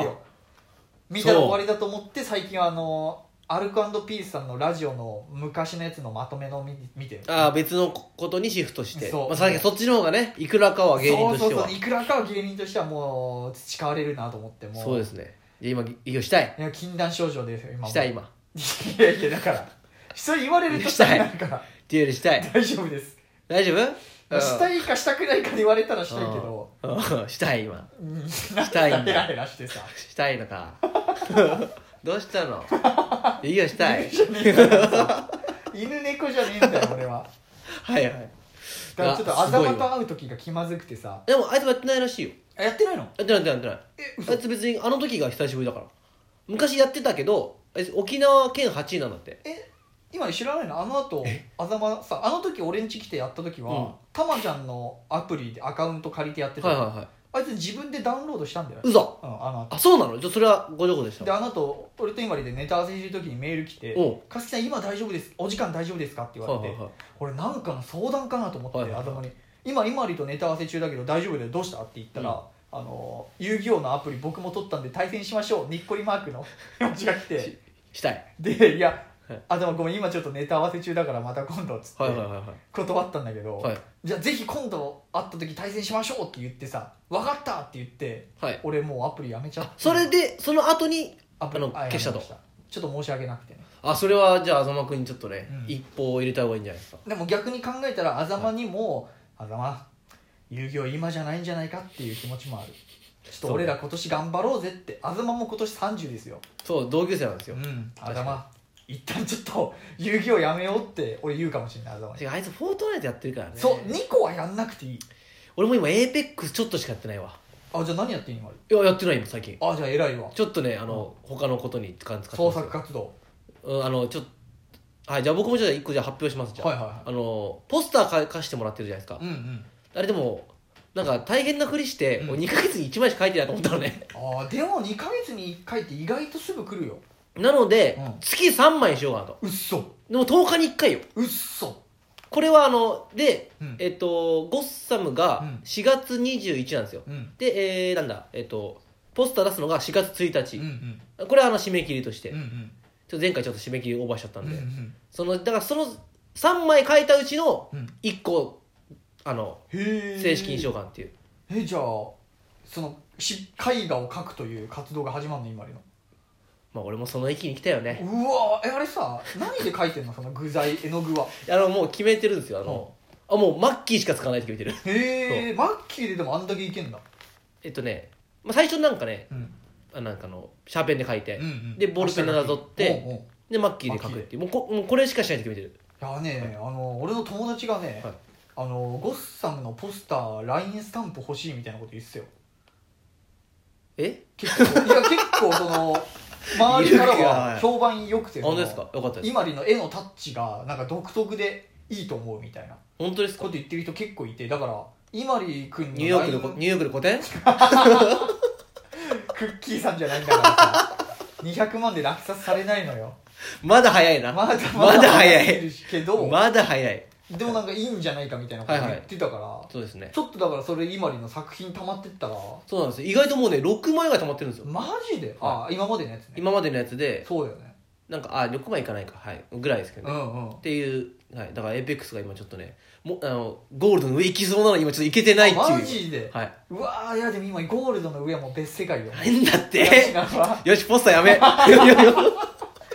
見たら終わりだと思って最近はあのアルコピースさんのラジオの昔のやつのまとめの見見てる
ああ別のことにシフトして
そう
まあさっきそっちの方がねいくらかは芸人として
そうそう
は
そういくらかは芸人としてはもう培われるなと思っても
そうですすねで今営業したい
いや禁断症状ですよ今も
したい今
いやいやだからそれ言われると
したい
なんか
デュエルしたい
大丈夫です
大丈夫
したいかしたくないかで言われたらしたいけど
うん うんしたい今
うん
たいんだ
なんかヘラヘラしてさ
したいの かどうしたの営業したい
犬猫じゃねえんだよ俺は
はいはい
だからちょっと
あ
あ
すご
ざ
いわ
まと会う時が気まずくてさ
でもあいつもやってないらしいよ
あやってないの
やってないやってないやってないあいつ別にあの時が久しぶりだから昔やってたけどあいつ沖縄県8位なんだって
え今知らないのあの後あざまさあの時俺ん家来てやった時は、
うん
たまちゃんのアプリでアカウント借りてやってた
はい
の、
はいは
あいつ自分でダウンロードしたんだよ、うん、
嘘
あの
あそうなのじゃあそれはご情報でし
後で
た
あの後俺と今里でネタ合わせしてる時にメール来て
おう
「かすきさん今大丈夫ですお時間大丈夫ですか?」って言われて、
はいはいはい
俺なんかの相談かなと思って、
はいはいはい
頭に「今今里とネタ合わせ中だけど大丈夫だよどうした?」って言ったら、
うん
あの遊戯王のアプリ僕も取ったんで対戦しましょうにっこりマー クの気持ちが来て
したい
で「いや、
はい
あでもごめん今ちょっとネタ合わせ中だからまた今度」っつって
はいはいはいはい
断ったんだけど、
はい
じゃあぜひ今度会った時対戦しましょうって言ってさ「分かった!」って言って
はい
俺もうアプリやめちゃって
あそれでその後に
アプリ
あの
あやめ
消したと
まちょっと申し訳なくてね
あそれはじゃあ間くんにちょっとね、
うん
一報を入れた方がいいんじゃないですか
でも逆に考えたらあざまにも「あざま遊戯王今じゃないんじゃないか」っていう気持ちもあるちょっと俺ら今年頑張ろうぜってあざまも今年30ですよ
そう同級生なんですよ、
んあ
確か
ざ
に
ま一旦ちょっと遊戯王やめようって俺言うかもしれないあざまに
てかあいつフォートナイトやってるからね
そう2個はやんなくていい
俺も今エーペックスちょっとしかやってないわ
あじゃあ何やっていいのあれ
いややってない今最近
あじゃあ偉いわ
ちょっとねあの、他のことに時間使って
創
ます
作活動
うんあのちょっとはいじゃあ僕もじゃあ一個じゃあ発表しますじゃあ,、
はいはいはい
あのポスターか貸してもらってるじゃないですか、
うんうん
あれでもなんか大変なふりして、
うん
俺2ヶ月に1枚しか書いてないと思ったのね
あーでも2か月に1回って意外とすぐ来るよ
なので、
うん
月3枚にしようかなと
うっそ
でも10日に1回よ
うっそ
これはあので、
うん
えっとゴッサム
う
が
ん
4月21なんですよ、
うん
でえー、なんだえっとポスター出すのが4月1
う
日
んう、ん
これはあの締め切りとして、
うんうん
ちょっと前回ちょっと締め切りオーバーしちゃったん
うん
で、
うん
そのだからその3枚書いたうちの
うん
1個あの
へえ
正式にしようかなっていう、
えじゃあそのし絵画を描くという活動が始まるの今里の
まあ俺もその域に来たよね
うわーえあれさ何で描いてんのその具材絵の具は
あのもう決めてるんですよあの、あもうマッキーしか使わないって決めてる
へえマッキーででもあんだけいけんだ
えっとね、まあ、最初なんかね
うん
あなんかあのシャーペンで書いて、
うんうん
でボールペンでなぞって
うんうん
でマッキーで書くっていうもうこもうこれしかしないって決めてる
いやね、あの俺の友達がね、
はい
あのゴッサムのポスター LINE スタンプ欲しいみたいなこと言ってたよ
え
結構いや結構その周りから
いるか
は評判良くて
本当ですかよかったです
今里の絵のタッチがなんか独特でいいと思うみたいな
本当です
こ
か
と言ってる人結構いてだから今里君の
ニューヨークで
LINE
こニューヨークで個展
クッキーさんじゃないんだからさ200万で落札されないのよ
まだ早いな
まだ
まだ早
い
い
けど、
まだ早い
でもなんかいいんじゃないかみたいなこと言ってたから、
そうですね
ちょっとだからそれ今里の作品溜まってったら
そうなんですよ意外ともうね6枚ぐらい溜まってるんですよ
マジであ今までのやつね
今までのやつで
そうだよね
なんかあ6枚いかないかはいぐらいですけど
う
ね、
んうん
っていう、はい、だからエーペックスが今ちょっとねもあのゴールドの上行きそうなのに今ちょっと行けてないっていう
マジで、
はいう
わーいやでも今ゴールドの上はもう別世界よ
変だっ
私
て
らは
よしポスターや めいやいや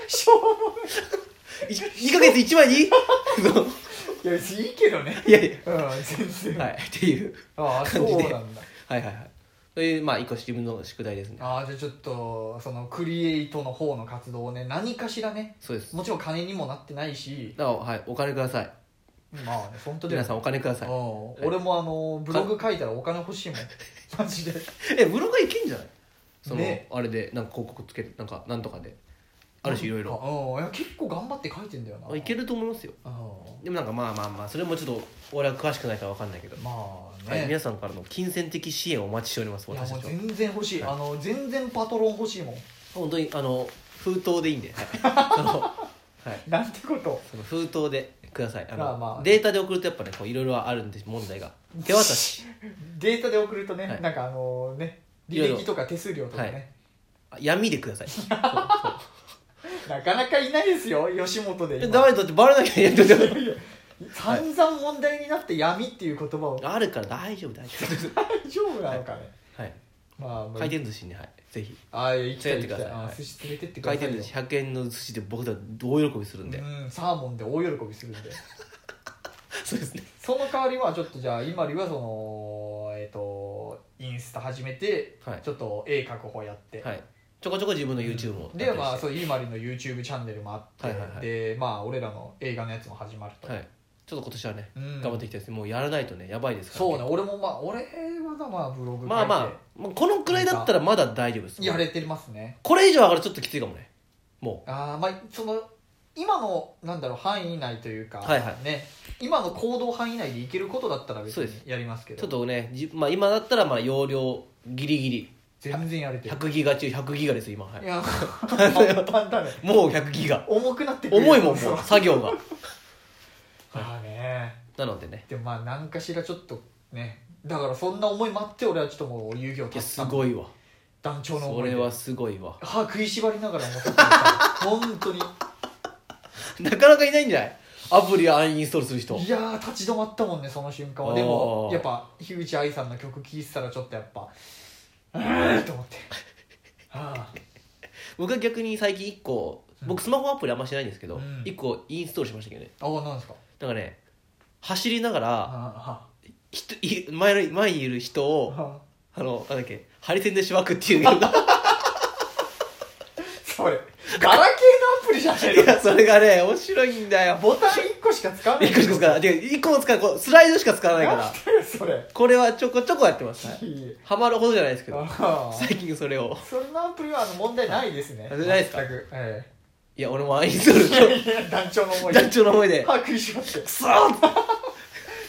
しょ
2ヶ月1枚 にそう
うもいや別にいいけどね
いやい
うん全然、
やはいっていう
ああ
感じで
そうなんだ
はいはいはいというまあ一個自分の宿題ですね
ああじゃあちょっとそのクリエイトの方の活動をね何かしらね
そうです
もちろん金にもなってないし
なおはいお金ください
まあね本当だよ
皆さんお金ください
うん
い
俺もあのブログ書いたらお金欲しいもんマジで
えブログいけんじゃないその、
ね
あれでなんか広告つけるなんかなんとかであるしいろいろ
ろうんいや結構頑張って書いてんだよな
あいけると思いますよ
うん
でもなんかまあまあまあそれもちょっと俺は詳しくないから分かんないけど
まあ
はい、
ね
皆さんからの金銭的支援をお待ちしております
いや
私
も
た
う
ちは
全然欲しい、
はい
あの全然パトロン欲しいもん
本当にあの封筒でいいんで、はいあのはい、
なんてこと
その封筒でくださいあの、
まあまあ
データで送るとやっぱねこういろいろあるんで問題 が手渡し
データで送るとね、
はい
なんかあのね
いろいろ
履歴とか手数料とかね、
あ闇でくださいそう
なかなかいないですよ吉本
え
で今
ダメだってバレなきゃいけない
散々問題になって闇っていう言葉を
あるから大丈夫大丈夫
大丈夫なのかね、
はい
まあまあ
回転寿司にはいぜひ
ああ行きたい
連れて
行き
ってください
たいあ
は
ー
い
寿司連れてってくだ
回
さい
転
よ
寿司100円の寿司で僕たち大喜びするんで、
うんサーモンで大喜びするんで
そうですね
その代わりはちょっとじゃあ今里はそのえっ、とインスタ始めて、
はい
ちょっと絵確保やって、
はいちょこちょこ自分の YouTube も
でまあ
そ
そうイーマリの YouTube チャンネルもあって、
はいはいはい
でまあ俺らの映画のやつも始まると、
はいちょっと今年はね
うん
頑張っていきたいですねもうやらないとねやばいですから、
そうね俺もまあ俺はまあブログ書いて、
まあまあもうこのくらいだったらまだ大丈夫です
やれてますね
これ以上上がるとちょっときついかもねも
ああまあその今のなんだろう範囲内というか、
はいはい
ね、今の行動範囲内でいけることだったら別
そう
に
です
やりますけど
ちょっとね、じまあ、今だったらまあ容量ギリギリ
全然やれてる
100ギガ中100ギガです今、はい
いやパンパンだね
もう100ギガ
重くなってくる
重いもん
そ
も
う
う作業が
まあね
なのでね
でもまあ何かしらちょっとねだからそんな思い待って俺はちょっともう遊戯を
いや
達
す
成
ごいわ
団長の
そ
思い
れ
で
はすごいわ
歯食いしばりながら思ってた本 当に
なかなかいないんじゃないアプリアンインストールする人
いやー立ち止まったもんねその瞬間は
あー
でもやっぱ樋口愛さんの曲聴いてたらちょっとやっぱうーんと思ってあ
僕は逆に最近1個僕スマホアプリあんましないんですけど、
うん
1個インストールしましたけどね
ーあーなんですか
なんかね走りながら
あ
ひとい前の前にいる人
ー
を
あ
あのなんだっけハリセンでしばくっていうゲームが
ーそれガラケーのアプリじゃない
い
の
やそれがね面白いんだよ
ボタン1個しか使わない
1個しか使わないてか一個も使わないこうスライドしか使わないか
なん
ら
だよそれ
これはちょこちょこやってますはい
いい
ハマるほどじゃないですけど
あー
最近それを
それのアプリはあの問題ないですね
あないですか
全くえ
いや俺もアンインストールしよ
えいや団長の思
う
いで
団長の思いで
歯食いしばって
クソーっ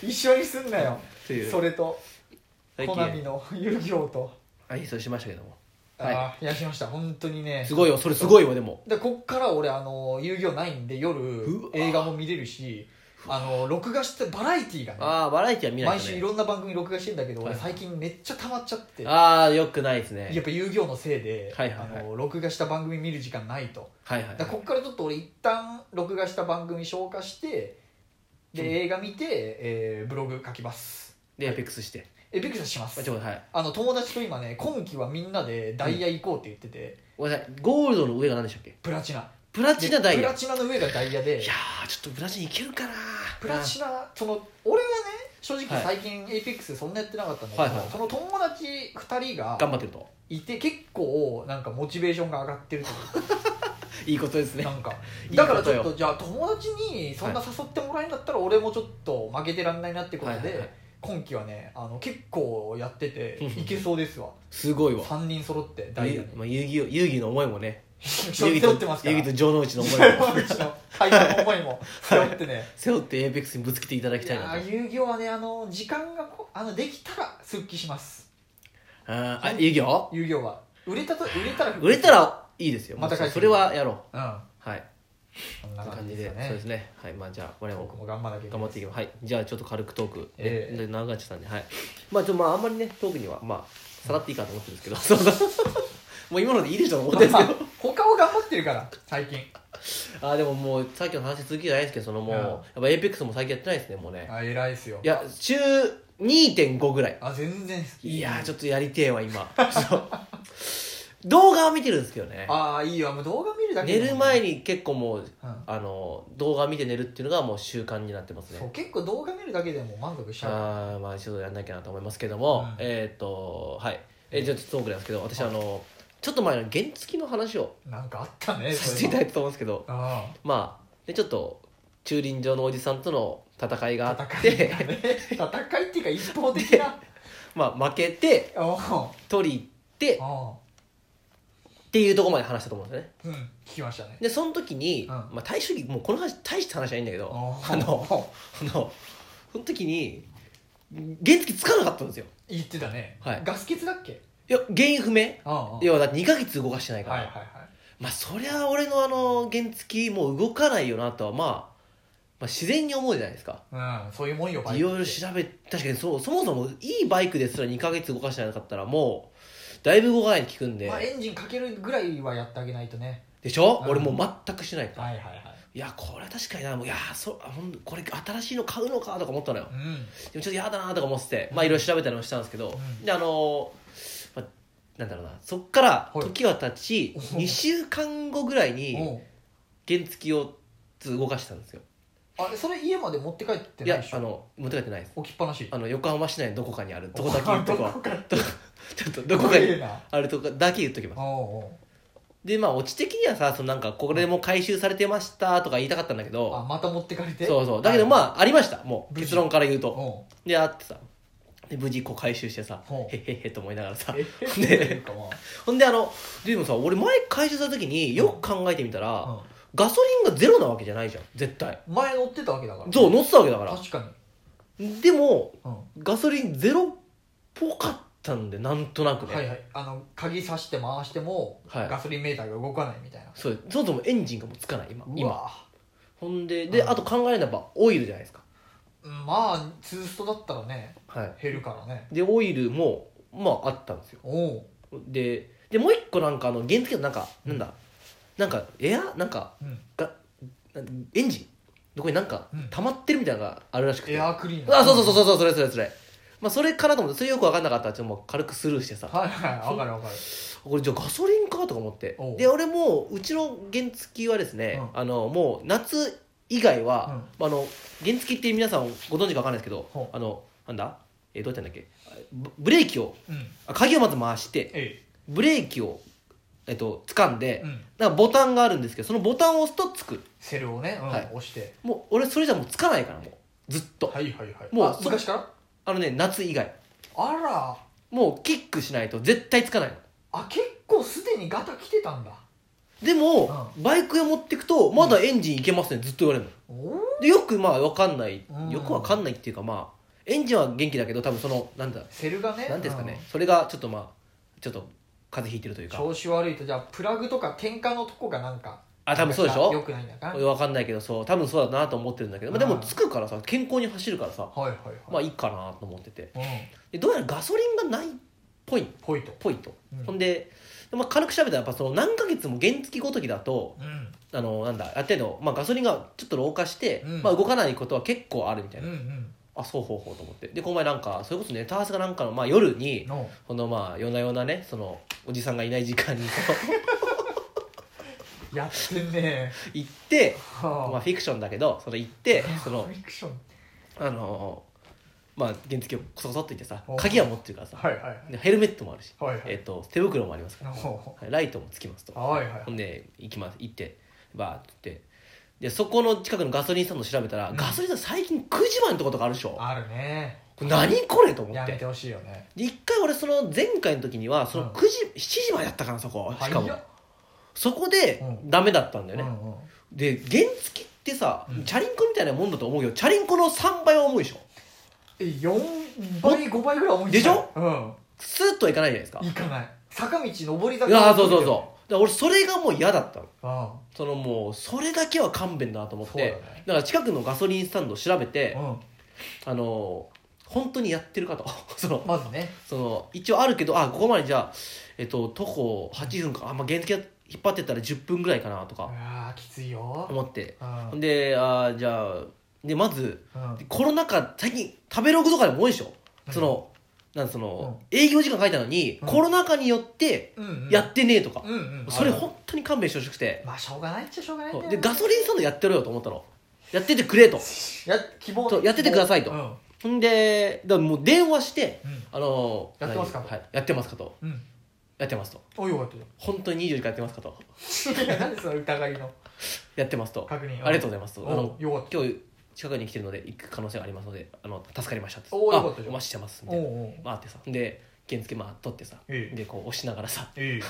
一緒にすんなよ
ていう
それと
最
コ
近
ナミの遊戯王と
アンインストールしましたけどもは
ああいやしました本当にね
いすごいよそれすごいよでも
でこっから俺あの遊戯王ないんで夜
うわ
映画も見れるしあの録画してバラエティーがね
ああバラエティは見ない
毎
と
週い
ね
ろんな番組録画してんだけど俺
はい
最近めっちゃ溜まっちゃってや
ああよくないですね
っぱ遊戯王のせいで
はいはいはい
あの録画した番組見る時間ないと
はいはい
だからこっからちょっと俺一旦録画した番組消化して
うん
で映画見て、えーブログ書きます
でエイペックスして
えびっくりしたしま
あ
す
ちょっとはい
あの友達と今ね今期はみんなでダイヤ行こうって言ってて、
ごめんなさいゴールドの上が何でしたっけ
プラチナ
プラチナダイ
でプ
ヤ
ラチナの上がダイヤで
いやーちょっとプラチナいけるかな
プラチナその俺はね正直
はい
最近 APEX そんなやってなかったんだけど、
はいはい
その友達2人
あ頑
が
張ってると
いて結構なんかモチベーションが上がってるという
いいことです ね
かなんか
いいこ
だ
とよ
からちょっとじゃあ友達にそんな誘ってもらえんだったら俺もちょっと負けてらんないなってことで、
はいはいはい
今期はねあの結構やってて
うんうん
いけそうですわ
すごいわ
3人揃ってダイヤ
遊
で
まあ遊戯王遊戯の思いもね
背
遊
負
戯
って
と
ますか
遊
ら
戯と城之 内の思いも
うちの会話の思いも背負ってね
背負ってエイペックスにぶつけていただき
い
たい
や
なと
ー遊戯王はねあの時間がこうあのできたら復帰します
あーあ遊戯王
遊戯王は売れたと売れたら復帰
売れたらいいですよ
また
もう
返して
それはやろう
うん
はい
こんな
こんな
感
感
じ
じ
で
ですそ
か
う
ね
ですねはいまあじゃあ我々
僕
も
も頑張らなきゃいけ
頑
な
張
い
っていきますはいじゃあちょっと軽くトークね、
ええ
で長くなっちゃったんではいまあちょっとまああんまりねトークにはまあさらっていいかと思ってるんですけど、 そうそうもう今のでいいでしょと思ってるんですけど
まあ他を頑張ってるから最近
あーでももうさっきの話続きじゃないですけどそのもう、
うん
やっぱエイペックスも最近やってないですねもうね、
あ偉いですよ
いや週2.5ぐらい
あ全然
いやーちょっとやりてえわ今そう動画は見てるんですけどね
ああいいわもう動画見るだけ
寝
でも
る前に結構もう
うん
あの動画見て寝るっていうのがもう習慣になってますね
そう結構動画見るだけでも満足しちゃう
あーまあちょっとやんなきゃなと思いますけども、
うん
えーっ、とはいえーじゃあちょっとトークなんですけど私あのちょっと前の原付の話を
なんかあったね
させていただいたと思うんですけど
あ
まあでちょっと駐輪場のおじさんとの戦いがあっ
戦い
て
だね 戦いっていうか一方的な
まあ負けて
おう
取り行って
お
っていうところまで話したと思うんですよね
ううん聞きましたね
でその時に、
ん
まあ、大衆もうこの話大した話じゃないんだけど
おう
あのあのその時に原付つかなかったんですよ
言ってたね
はい
ガス欠だっけ
いや原因不明
あ
要はだって2ヶ月動かしてないから、
はいはいはい
まあそりゃ俺のあの原付もう動かないよなとは、まあ、まあ自然に思うじゃないですか
うん、そういうもんよ、バ
い
イクって
ろいろ調べ確かにそうそもそもいいバイクですら2ヶ月動かしてなかったらもうだいぶ動かないって聞くんで、
まあ、エンジンかけるぐらいはやってあげないとね。
でしょ、
うん
俺もう全くしないから、
はいはいはい。
い、やこれは確かになもういやそうあほんこれ新しいの買うのかとか思ったのよ
うん。
でもちょっと嫌だなとか思っててまあいろいろ調べたりもしたんですけど、
うん
であのまあなんだろうなそっから
はい
時は経ち
お
2週間後ぐらいに
おう
原付を動かしたんですよ
あ、それ家まで持って帰って
い
ない
や
でし
あ
ょ
の持って帰ってないです
置きっぱなし。
あの横浜市内のどこかにあ るどこだけ言っとくわ
どこか
ど ちょっとどこか
すげえ
に
な
あるとかだけ言っときます
おう
でまあオチ的にはさそのなんかこれも回収されてましたとか言いたかったんだけ
おうあ、
ど
また持ってかれて
そうそうだけどま
あ。
あありましたもう
無事
結論から言うと
おう
であってさで無事こう回収してさ
ほう
へっへっへと思いながらさ
え
ね
なんかま
ほんであのでもさ俺前回収した時によく考えてみたら、
あ
ガソリンがゼロなわけじゃないじゃん絶対
前乗ってたわけだから
そう乗ってたわけだから
確か
でも
に、うん
ガソリンゼロっぽかったんでなんとなくね、
はいはいあの鍵さして回しても、
はい
ガソリンメーターが動かないみたいな
そうそもそもエンジンがもうつかない今
う
今
わ
ほんでで、
うん
あと考えればオイルじゃないですか
まあツーストだったらね
はい
減るからね
でオイルもまああったんですよ
おお
ででもう一個なんかあの原付のなんかなんだなんかエアなんか
う、うん、
がなんエンジンどこになんか
うん
溜まってるみたいなのがあるらしくて、
エ
あ
アークリーナー
そうそうそうそうそうそれそれそれまあそれからと思ってそれよく分かんなかったらちょっともう軽くスルーしてさ
はいはいわかるわかる
これじゃあガソリンかとか思って
おう
で俺もううちの原付はですね、
う
あのもう夏以外は、まああの原付って皆さんご存知か分かんないですけど、
ほう
あのなんだえーどうやってやったんだっけブブレーキを
うん
あ鍵をまず回して
え
ブレーキをえっと掴んで
え、、うん、
なんかボタンがあるんですけどそのボタンを押すとつく
セルをね、うん
はい
押して
もう俺それじゃもうつかないからもうずっと、
はいはいはい
もう
あ
そ
昔から
あのね夏以外
あら
もうキックしないと絶対つかないの
あ結構すでにガタ来てたんだ
でも、バイクへ持ってくとまだエンジンいけますねずっと言われるの
おお
でよくまあ分かんない
うん
よく分かんないっていうかまあエンジンは元気だけど多分そのなんだ
セルがね
なんですかね、それがちょっとまあちょっと風邪ひいてるという
うん
か
調子悪いとじゃあプラグとか点火のとこがなんか
あ多分そうでし
よ
ょ
くないんだからはい
分かんないけどそう多分そうだなと思ってるんだけど、まあ、で
う
も
ん
つくからさ健康に走るからさ
はいはい
まあいいかなと思ってて
うん
でどうやらガソリンがないっぽいっ
ポイと
ぽいと、
うん
ほんで、まあ、軽く調べたらやっぱその何ヶ月も原付ごときだと
うん
あのなんだある程度、まあ、ガソリンがちょっと老化して、
うん
まあ、動かないことは結構あるみたいな、
ん
あそうほうほうと思ってでこの前なんかそれこそネタ合わせがなんかの、まあ、夜に
の
このまあ夜な夜なねそのおじさんがいない時間に
やってんね
行ってまあ
は
フィクションだけどそれ行って
あ
その
フィクション
あのまあ原付をこそこそっと行ってさ
お
鍵は持ってるからさ
はいはいはい
でヘルメットもあるし、
はいはい
えっと手袋もありますから、
お
はいライトもつきますと
はいはい
ほんで行きます行ってバーって言ってでそこの近くのガソリンスタンド調べたら、
うん
ガソリンスタンド最近9時までのとことかあるでしょ
あるね
これ何これと思
や
っ
め
て
てほしいよね
で一回俺その前回の時にはその
うん
9時、7時までやったかなそこしかも
早っ
そこで
うん
ダメだったんだ
う
よね、
んうん
で原付ってさ、
うん
チャリンコみたいなもんだと思うよチャリンコの3倍は重いでしょ
え4倍5倍ぐらい重いんじゃない
で
うん
スーッとはいかないじゃないですか
行かない坂道上り坂
ああそうそうそうだから俺それがもう嫌だったの
ううん
そのもうそれだけは勘弁だなと思っ
そうだ
て
ね
だから近くのガソリンスタンドを調べて、
うん
あのー本当にやってるかと その
まずね
その一応あるけどあここまでじゃあ、えっと、徒歩8分かあ、まあ、原付引っ張ってったら10分ぐらいかなと
う
か
わーきついよ
思って
うん
であーじゃあでまず
うん
コロナ禍最近食べログとかでも多いでしょそのなんその、営業時間書いたのに、
うん
コロナ禍によって
うんうん
やってねえとか、
うんうん
それ
ある
本当に勘弁してほしくて、
まあしょうがないっちゃしょうがないん
そ
だ
う
よ
で
ね
ガソリンスタンドやってろよと思ったのやっててくれと
や希望
そうやっててくださいと
うん
ほんでだからもう電話して
うん
あの
やってますか
何はい、やってますかと
うん
やってますと
およかった
本当に24時間やってますかと
じゃん 何その疑いの
やってますと
確認
ありがとうございますとあ
お
の
よかった
今日近くに来てるので行く可能性がありますのであの助かりましたって
おー
あ
よかったじゃ
お
ん
待ちしてますみ
お
た
う
いな
おう
まああってさで原付まあ取ってさ
ええ
でこう押しながらさ
え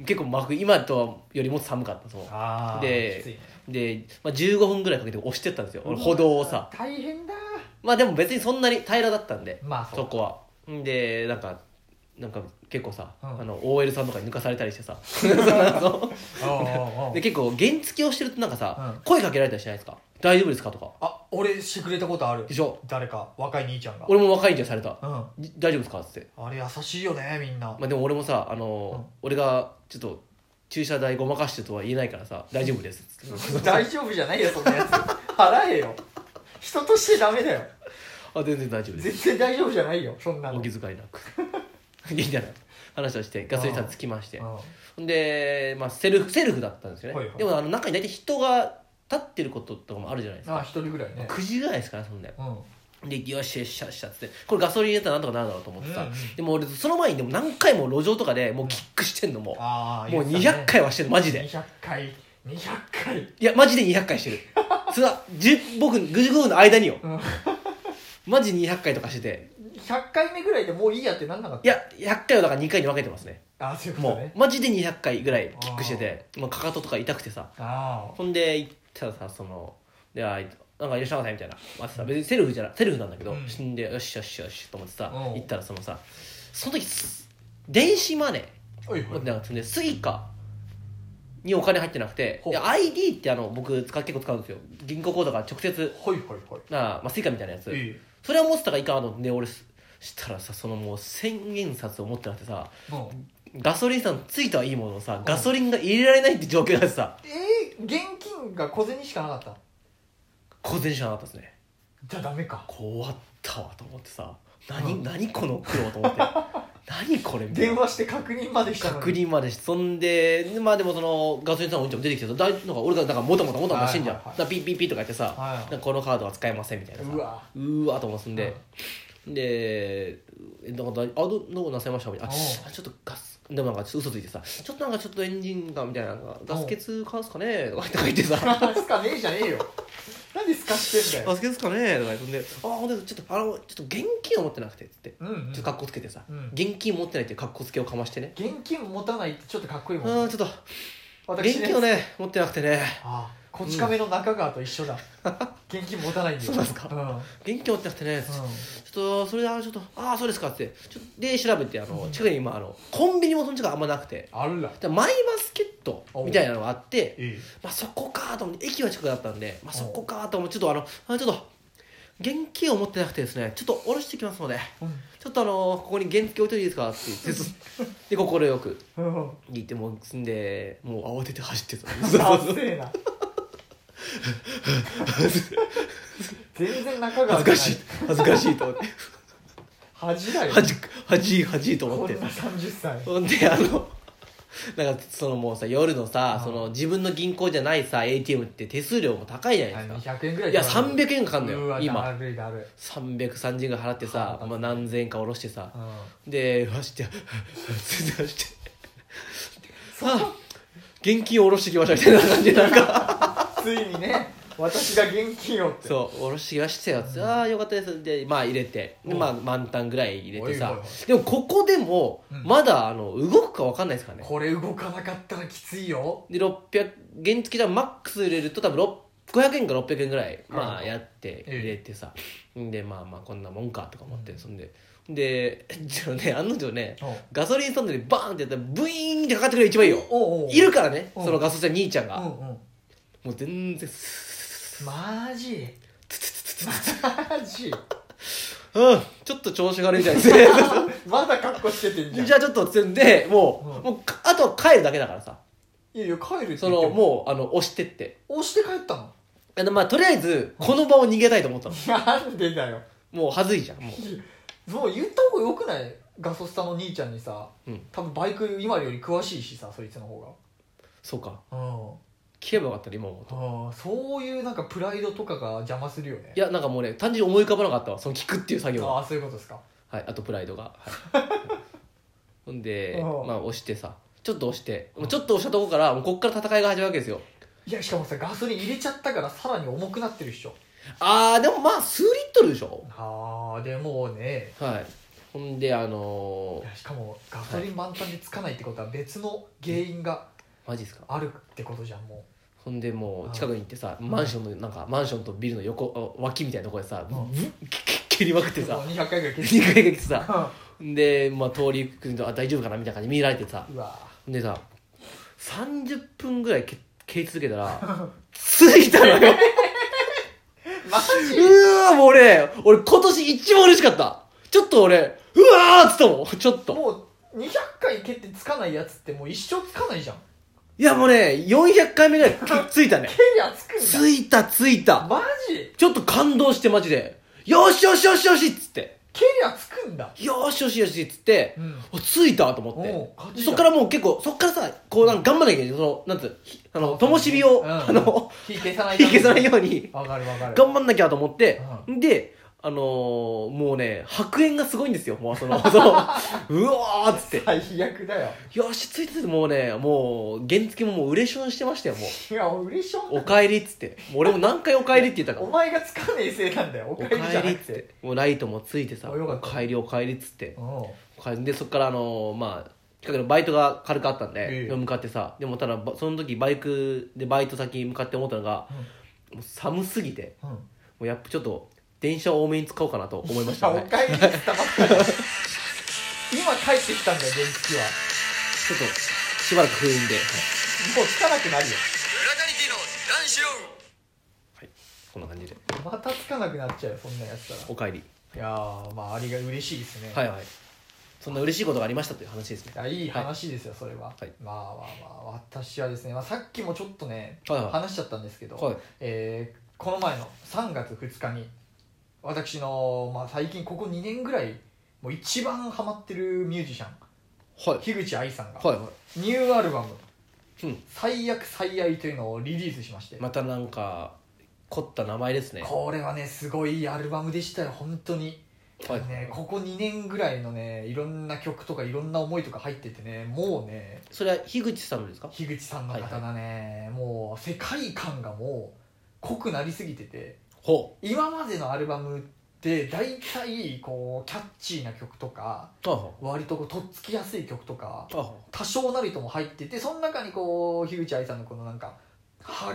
え
結構真冬今とはよりも寒かったその
あー
で
きついね
で、まあ、15分ぐらいかけて押してったんですよ俺歩道をさ
大変だ
まあでも別にそんなに平らだったんで
まあそう
そこはでなんかなんか結構さ、
うん
あの OL さんとかに抜かされたりして さそう
おうおうお う
で結構原付をしてるとなんかさ、
うん
声かけられたりしないですか大丈夫ですかとか
あ俺してくれたことある
でしょ
誰か若い兄ちゃんが
俺も若いんじゃされた、
うん
じ大丈夫ですかっつって、
あれ優しいよねみんな
まあ、でも俺もさあのー、
うん
俺がちょっと駐車代ごまかしてとは言えないからさ大丈夫ですっつって
大丈夫じゃないよそんな やつ払えよ人としてダメだよ
あ全然大丈夫です
全然大丈夫じゃないよそんなの
お気遣いな くみたいな話をしてガソリンさんつきまして
うん
ほんで、まあ、セルフセルフだったんですよね、
はいはい
でもあの中に大体人が立ってることとかもあるじゃないです
あ
か
一人ぐらいね
9時ぐらいですかねそんで
うん
でよしよしよしよしっつってこれガソリン入れたらなんとかなるだろうと思ってさ、
うんうん
でも俺その前にでも何回も路上とかでもうキックしてんのも
あ
う
あ
もう200回はしてるマジで
200回200回
いやマジで200回してるそれは10僕15分の間によ
うん
マジ200回とかしてて
100回目ぐらいでもういいやってなんなかっ
い
た
や100回をだから2回に分けてますね
あそういうこと
も
ね
うマジで200回ぐらいキックしててもうかかととか痛くてさ
あ
ほんで行ったらさその「であいなんかいらっしゃいませ」みたいな待ってさ別にセルフじゃなセルフなんだけど、
うん
死んでよしよしよしと思ってさ
うん
行ったらそのさその時す電子マネ
あはい
ー
は
持っ
い
てなかったんでスイカにお金入ってなくて
ほう
で ID ってあの僕使う結構使うんですよ銀行口座から直接
はいはいはい
なあ、まあ、スイカみたいなやつ、
え
それは持ってたからいいかなと思ってで俺すしたらさそのもう千円札を持ってなくてさ
えうん
ガソリンさんついたはいいものをさガソリンが入れられないって状況になってさ
えー、現金が小銭しかなかった
小銭しかなかったですね
じゃあダメか
怖ったわと思ってさ何,、
うん
何この苦労と思って何これみたい
電
な
話して確認までしたのに
確認までしそんでまあでもそのガソリンさんお兄ちゃんも出てきてさだいなんか俺がなんかもたもたもたもたしてんじゃん、
はいはいはい
だからピッピッピッとかやってさ、
はいはい
なんかこのカードは使えませんみたいなさ
うわ
うーわと思ってんで、でえなんかだいあどどうなさいましたみたいな
おう
あちょっとガスでもなんかちょっと嘘ついてさちょっとなんかちょっとエンジンがみたいななんかガス欠かんすかねとか言ってさ
すかねえじゃねえよなんですかしてんだ
バ
よ
スケですかねとか言って「ああほんでちょっとあのちょっと現金を持ってなくて」っつって、
うん、うん、
ちょっと
現
格好つけてさ、
うん
現金持ってないっていう格好つけをかましてね、
金持たないってちょっとかっこいい
あ
もん
あちょっと
私
現金をね持ってなくてね
ああこち亀の中川と一緒だ、現金持たないんだよ
そうですか
うん、うん、
現金持ってなくてね、ちょっとそれであーちょっとああそうですかっつってちょっとで調べてあの近くに今あのコンビニもその近くあんまなくて
あるら
でマイバスケットみたいなのがあって
え
まあ、そこかと思って駅は近くだったんで、まあ、そこかと思ってちょっとあのあちょっと現金を持ってなくてですねちょっと下ろしてきますので
え
ちょっとあのここに原付置いといていいですかって言 ってで快く
うんうん
行ってもう住んでもう慌てて走って た
ダッセーな全然中
恥
川
ずかしい恥ずかしいと思って
恥だよ
恥恥恥と思
こ
って
んな30歳
ほんであのなんかそのもうさ夜のさ
うん
その自分の銀行じゃないさ ATM って手数料も高いじゃないですか
200円ぐらい
いや300円かかんの
うわ
よ今
だるいだるい
330円ぐらい払ってさ、まあ、何千円か下ろしてさ
うん
で走って全然走ってあ現金を下ろしてきましたみたいな感じでなんか
ついにね私が現金をって
そう下ろしてきましたよつってああよかったですでまあ入れてで
うん
まあ満タンぐらい入れて
おい
さ
おい
でもここでも
うん
まだあの動くか分かんないですからね
これ動かなかったらきついよ
で600原付じゃマックス入れると多分6 500円か600円ぐらいまあ
うん
やって
ええ
入れてさでまあまあこんなもんかとか思って
うん
そんででじゃあね案の定ね
おう
ガソリンスタンドにバーンってやったらブイーンってかかってくる一番いいよ
おうおう
いるからね
うん
そのガソリンスタンド兄ちゃん
うん
が
うん
もう全然ス
マジ
ツツツツツツ
マジ
うんちょっと調子が悪いみたいですね
まだ格好しててんじゃん
じゃあちょっとつんでもう,、
う
もうかあとは帰るだけだからさ
いやいや帰るって
そ
言って
の
も
もうあの押してって
押して帰ったの
あのまあとりあえずこの場を逃げたいと思ったの
なんでだよ
もうはずいじゃんもう
もう言った方がよくないガソスタの兄ちゃんにさ、
うん
多分バイク今より詳しいしさそいつの方
そうか
がう
聞けばよかったね今思うと
ん、うん、そういうなんかプライドとかが邪魔するよね
いやなんかもうね単純に思い浮かばなかったわその聞くっていう作業が
ああそういうことですか
はいあとプライドが、はい、 ほんで
うん
まあ押してさちょっと押してもうちょっと押したとこからもうこっから戦いが始まるわけですよ
いやしかもさガソリン入れちゃったからさらに重くなってるっしょ
あーでもまあ数リットルでしょ
ああでもね
はいほんであの
いやしかもガソリン満タンでつかないってことは別の原因が
ー、マジですか
あるってことじゃんも
ほんでもう近くに行ってさマンションのなんかマンションとビルの横あ脇みたいなとこでさ
う、うん、
蹴りまくって
も
さ
う200回ぐらい消
2回が来てさ
た
で、まあ、通り行くとあ大丈夫かなみたいな感じで見られてさ
うんうわ
でさ30分ぐらい蹴蹴り続けたら着いたのよ
マジ
うわもう俺俺今年一番嬉しかったちょっと俺うわーっつったもんちょっと
もう200回蹴ってつかないやつってもう一生つかないじゃん
いやもうね400回目ぐらい蹴着いたね
蹴りゃつくん
着いた着い
だ
た
マジ
ちょっと感動してマジでよしよしよしよしっつって
蹴りゃつくんだ
よしよしよしっつって、
うん
お着いたと思
おう
っ
勝
て
ちだ
そっからもう結構そっからさこうなんか頑張らなきゃいけないそのなんつうひあの灯火を、
うん
あの
火消さない
火消さない
よ
ように
わかるわかる
頑張んなきゃと思って、
う
であのーもうね白煙がすごいんですよもうそ のそのうわーっつって
最悪だよ
よしついててもうねもう原付ももううれしょんしてましたよも
いや嬉しょ
う「おかえり」っつってもう俺も何回「おかえり」って言ったか
お
も
前がつかねえせいなんだよ お
お
かえ
か
りじゃ
えり」
な
っ
く
つっててもうライトもついてさ「
あよか
お
った
かえりおかえり」っつって
うん
でそっからあのーまあ近くのバイトが軽くあったんで、
ええ
向かってさでもただばその時バイクでバイト先に向かって思ったのが、もう寒すぎて
うん
もうやっぱちょっと電車を多めに使おうかなと思いまし
あ
た
お
ね
かえりってたばっかり今帰ってきたんだよ電気は
ちょっとしばらく封印で、はい
もうつかなくなるよ
裏タニティの男子ロン
はいこんな感じで
またつかなくなっちゃうよそんなやつだら
おかえり
いやーまあありが嬉しいですね
はいはいそんな嬉しいことがありましたという話ですね
いやいい話ですよ、それは、
はい
まあまあまあ私はですね、まあ、さっきもちょっとね、
はいはい
話しちゃったんですけど、
はい
えーこの前の3月2日に私の、まあ、最近ここ2年ぐらいもう一番ハマってるミュージシャン
はい
樋口愛さんが、
はいは
ニューアルバム
い、う
「
ん、
最悪最愛」というのをリリースしまして、
またなんか凝った名前ですね
これはねすごいいいアルバムでしたよ本当に、
はい
ね、ここ2年ぐらいのねいろんな曲とかいろんな思いとか入っててねもうね
それは樋口さんのですか
樋口さんの方がね、もう世界観がもう濃くなりすぎてて
ほ
今までのアルバムって大体こうキャッチーな曲とか
うあは
割とこうとっつきやすい曲とか
あは
多少なりとも入っててその中にこう樋口愛さんのこのなんか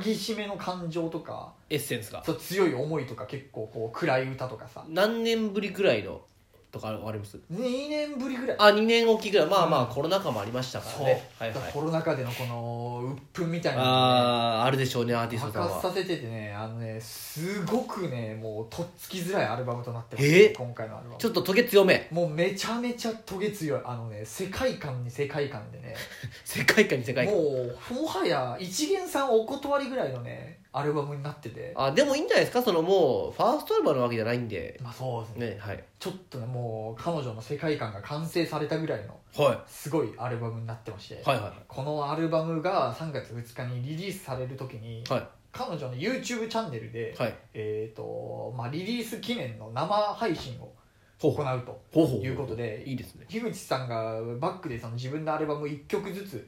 激しめの感情とか
エッセンスが
そう強い思いとか結構こう暗い歌とかさ
何年ぶりぐらいのとかあります
2年ぶりぐらい
あ2年おきぐらいまあまあ
うん
コロナ禍もありましたか
そう、
らねはい
だから
はい
コロナ禍でのこの鬱憤みたいなのがね
あああるでしょうねアーティストさ
爆
ん
発
は
させててねあのねすごくねもうとっつきづらいアルバムとなってます、
えー
今回のアルバム
ちょっとトゲ強め
もうめちゃめちゃトゲ強いあのね世界観に世界観でね
世界観に世界観
もうもはや一元さんお断りぐらいのねアルバムになってて
あでもいいんじゃないですかそのもうファーストアルバムなわけじゃないんで
まあそうですね
ねはい
ちょっとねもう彼女の世界観が完成されたぐらいの
は
すごいアルバムになってまして、
いはいは
このアルバムが3月2日にリリースされる時に、
いはい
彼女の YouTube チャンネルで、
はい
えーとまあ、リリース記念の生配信を
ほう
行うと
ほうほ
いうことで
いいですね
樋口さんがバックでその自分のアルバム1曲ずつ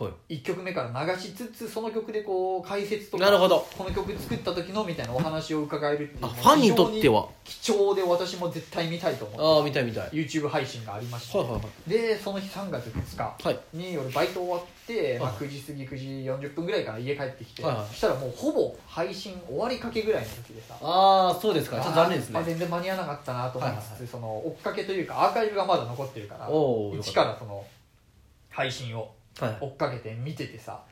はい
1曲目から流しつつその曲でこう解説とか
なるほど
この曲作った時のみたいなお話を伺えるっていう
あファンにとっては
非常に貴重で私も絶対見たいと思っ
ああ見たい見たい
て YouTube 配信がありまして、
はいはいは
でその日3月2日
いはい
に夜バイト終わって、まあ、
はい
9時過ぎ9時40分ぐらいから家帰ってきて、
はいはい
そしたらもうほぼ配信終わりかけぐらいの時でさ
ああそうですかちょっと残念です
あーまあ
ね
全然間に合わなかったなと思いつ
は
つ、
いはい
その追っかけというかアーカイブがまだ残ってるから
おおよか
一
っ
からその配信を
たはい
追っかけて見ててさ